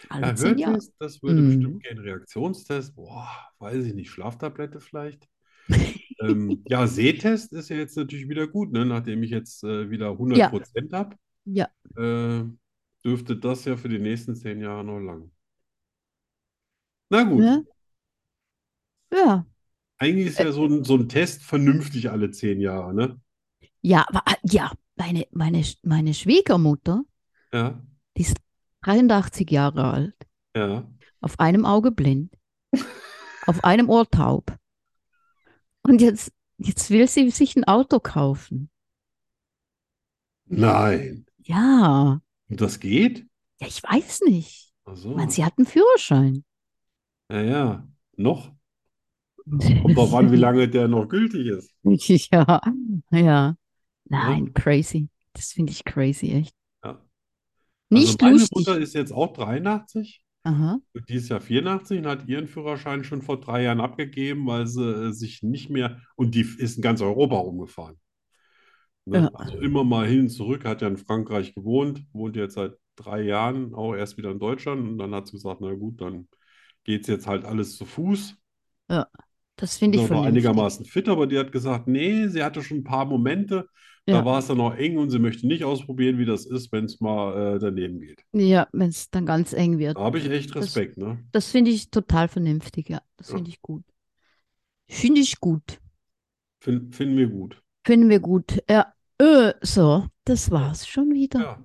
Speaker 2: Alle
Speaker 1: ja,
Speaker 2: zehn Jahre.
Speaker 1: Hörtest, das würde
Speaker 2: Mhm.
Speaker 1: bestimmt gehen. Reaktionstest, boah, weiß ich nicht, Schlaftablette
Speaker 2: (laughs)
Speaker 1: vielleicht. Ähm, ja, Sehtest ist ja jetzt natürlich wieder gut, ne? Nachdem ich jetzt äh, wieder 100% habe.
Speaker 2: Ja,
Speaker 1: äh, dürfte das ja für die nächsten zehn Jahre noch lang. Na gut,
Speaker 2: ne? Äh. Ja.
Speaker 1: eigentlich ist ja so ein, so ein Test vernünftig alle zehn Jahre, ne?
Speaker 2: Ja, aber, ah, ja, meine, meine, Sch- meine Schwiegermutter,
Speaker 1: Ja,
Speaker 2: die ist 83 Jahre alt,
Speaker 1: ja.
Speaker 2: auf einem
Speaker 1: (laughs)
Speaker 2: Auge blind, auf einem Ohr taub. Und jetzt, jetzt will sie sich ein Auto kaufen.
Speaker 1: Nein.
Speaker 2: Ja,
Speaker 1: Und das geht?
Speaker 2: ja, ich weiß nicht.
Speaker 1: Ach
Speaker 2: Ich
Speaker 1: so.
Speaker 2: meine, sie hat einen Führerschein.
Speaker 1: Ja, ja. Noch? Kommt drauf an, wie
Speaker 2: (laughs)
Speaker 1: lange der noch gültig ist.
Speaker 2: Ja, ja. Nein, crazy. Das finde ich crazy, echt.
Speaker 1: Ja.
Speaker 2: Nicht
Speaker 1: also meine
Speaker 2: lustig.
Speaker 1: Mutter ist jetzt auch 83.
Speaker 2: Aha.
Speaker 1: Die ist ja 84 und hat ihren Führerschein schon vor drei Jahren abgegeben, weil sie äh, sich nicht mehr, und die ist in ganz Europa rumgefahren. Ne?
Speaker 2: Ja.
Speaker 1: Also immer mal hin und zurück, hat ja in Frankreich gewohnt, wohnt jetzt seit drei Jahren, auch erst wieder in Deutschland. Und dann hat sie gesagt, na gut, dann geht es jetzt halt alles zu Fuß.
Speaker 2: Das finde ich
Speaker 1: Ist noch
Speaker 2: vernünftig.
Speaker 1: einigermaßen fit, aber die hat gesagt, nee, sie hatte schon ein paar Momente,
Speaker 2: Ja.
Speaker 1: da war es dann noch eng und sie möchte nicht ausprobieren, wie das ist, wenn es mal äh, daneben geht.
Speaker 2: Ja, wenn es dann ganz eng wird.
Speaker 1: Da habe ich echt
Speaker 2: Das-
Speaker 1: Respekt, ne?
Speaker 2: Das finde ich total vernünftig, ja. Das
Speaker 1: Ja.
Speaker 2: finde ich gut. Finde ich gut.
Speaker 1: Find, finden wir gut.
Speaker 2: Finden wir gut. Ja. Äh, so, das war's schon wieder.
Speaker 1: Ja.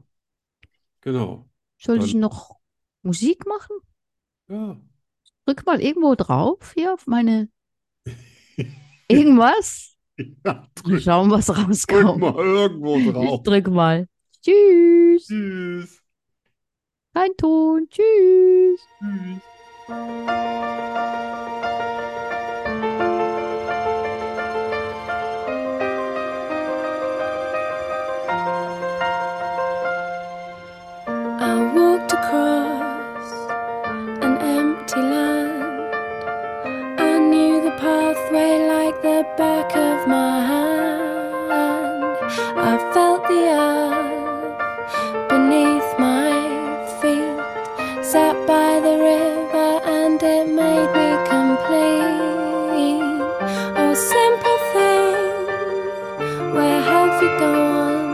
Speaker 1: Genau.
Speaker 2: Soll ich
Speaker 1: dann-
Speaker 2: noch Musik machen?
Speaker 1: Ja.
Speaker 2: Drück mal irgendwo drauf hier
Speaker 1: (laughs)
Speaker 2: auf meine irgendwas.
Speaker 1: Ja,
Speaker 2: Mal
Speaker 1: drück,
Speaker 2: schauen, was
Speaker 1: drück
Speaker 2: rauskommt.
Speaker 1: mal irgendwo
Speaker 2: Genau. Ich
Speaker 1: drauf.
Speaker 2: drück mal. Tschüss.
Speaker 1: Tschüss.
Speaker 2: Kein Ton. Tschüss.
Speaker 1: Tschüss.
Speaker 6: I walked across an empty land. I knew the pathway like the back of my hand. I felt the earth beneath my feet. Sat by the river and it made me complete. Oh, simple thing, where have you gone?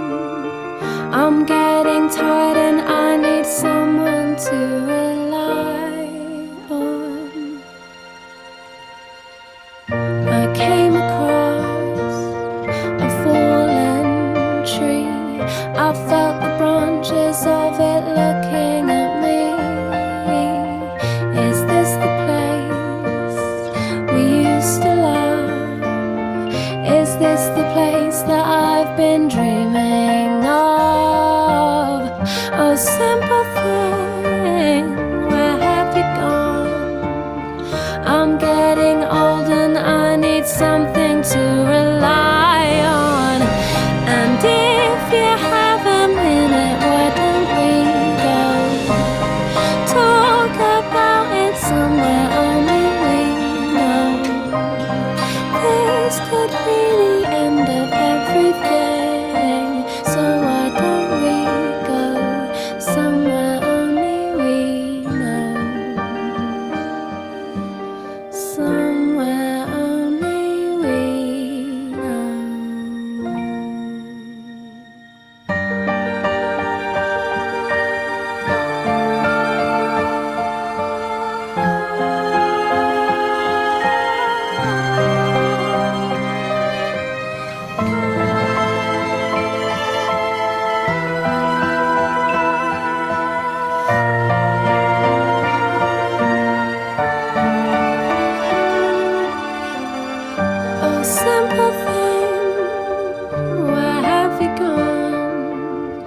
Speaker 6: I'm getting tired and I need someone to rely on. I came across this the place that I've been dreaming of? Oh, simple thing, where have you gone? I'm getting old and I need something to rely on. And if you have a minute, why don't we go? Talk about it somewhere only we know. This could be the end of everything. So why don't we go somewhere only we know? Somewhere only we know. Oh, simple thing, where have you gone?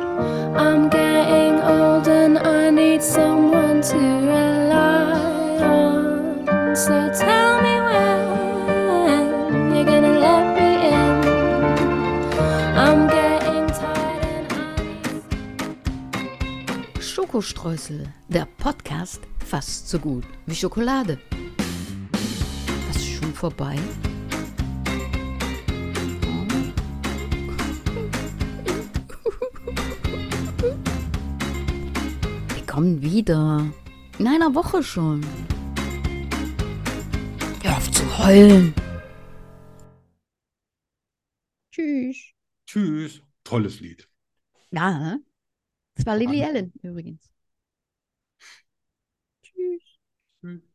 Speaker 6: I'm getting old and I need someone to rely on. So tell me when you're gonna let me in. I'm getting tired and I need.
Speaker 3: Schokostreusel, der Podcast fast so gut wie Schokolade. Was ist schon vorbei? Wir kommen wieder. In einer Woche schon. Hör auf zu heulen.
Speaker 2: Tschüss.
Speaker 1: Tschüss. Tolles Lied.
Speaker 2: Ja, ne? Das war Lily Allen übrigens. Tschüss.
Speaker 1: Tschüss.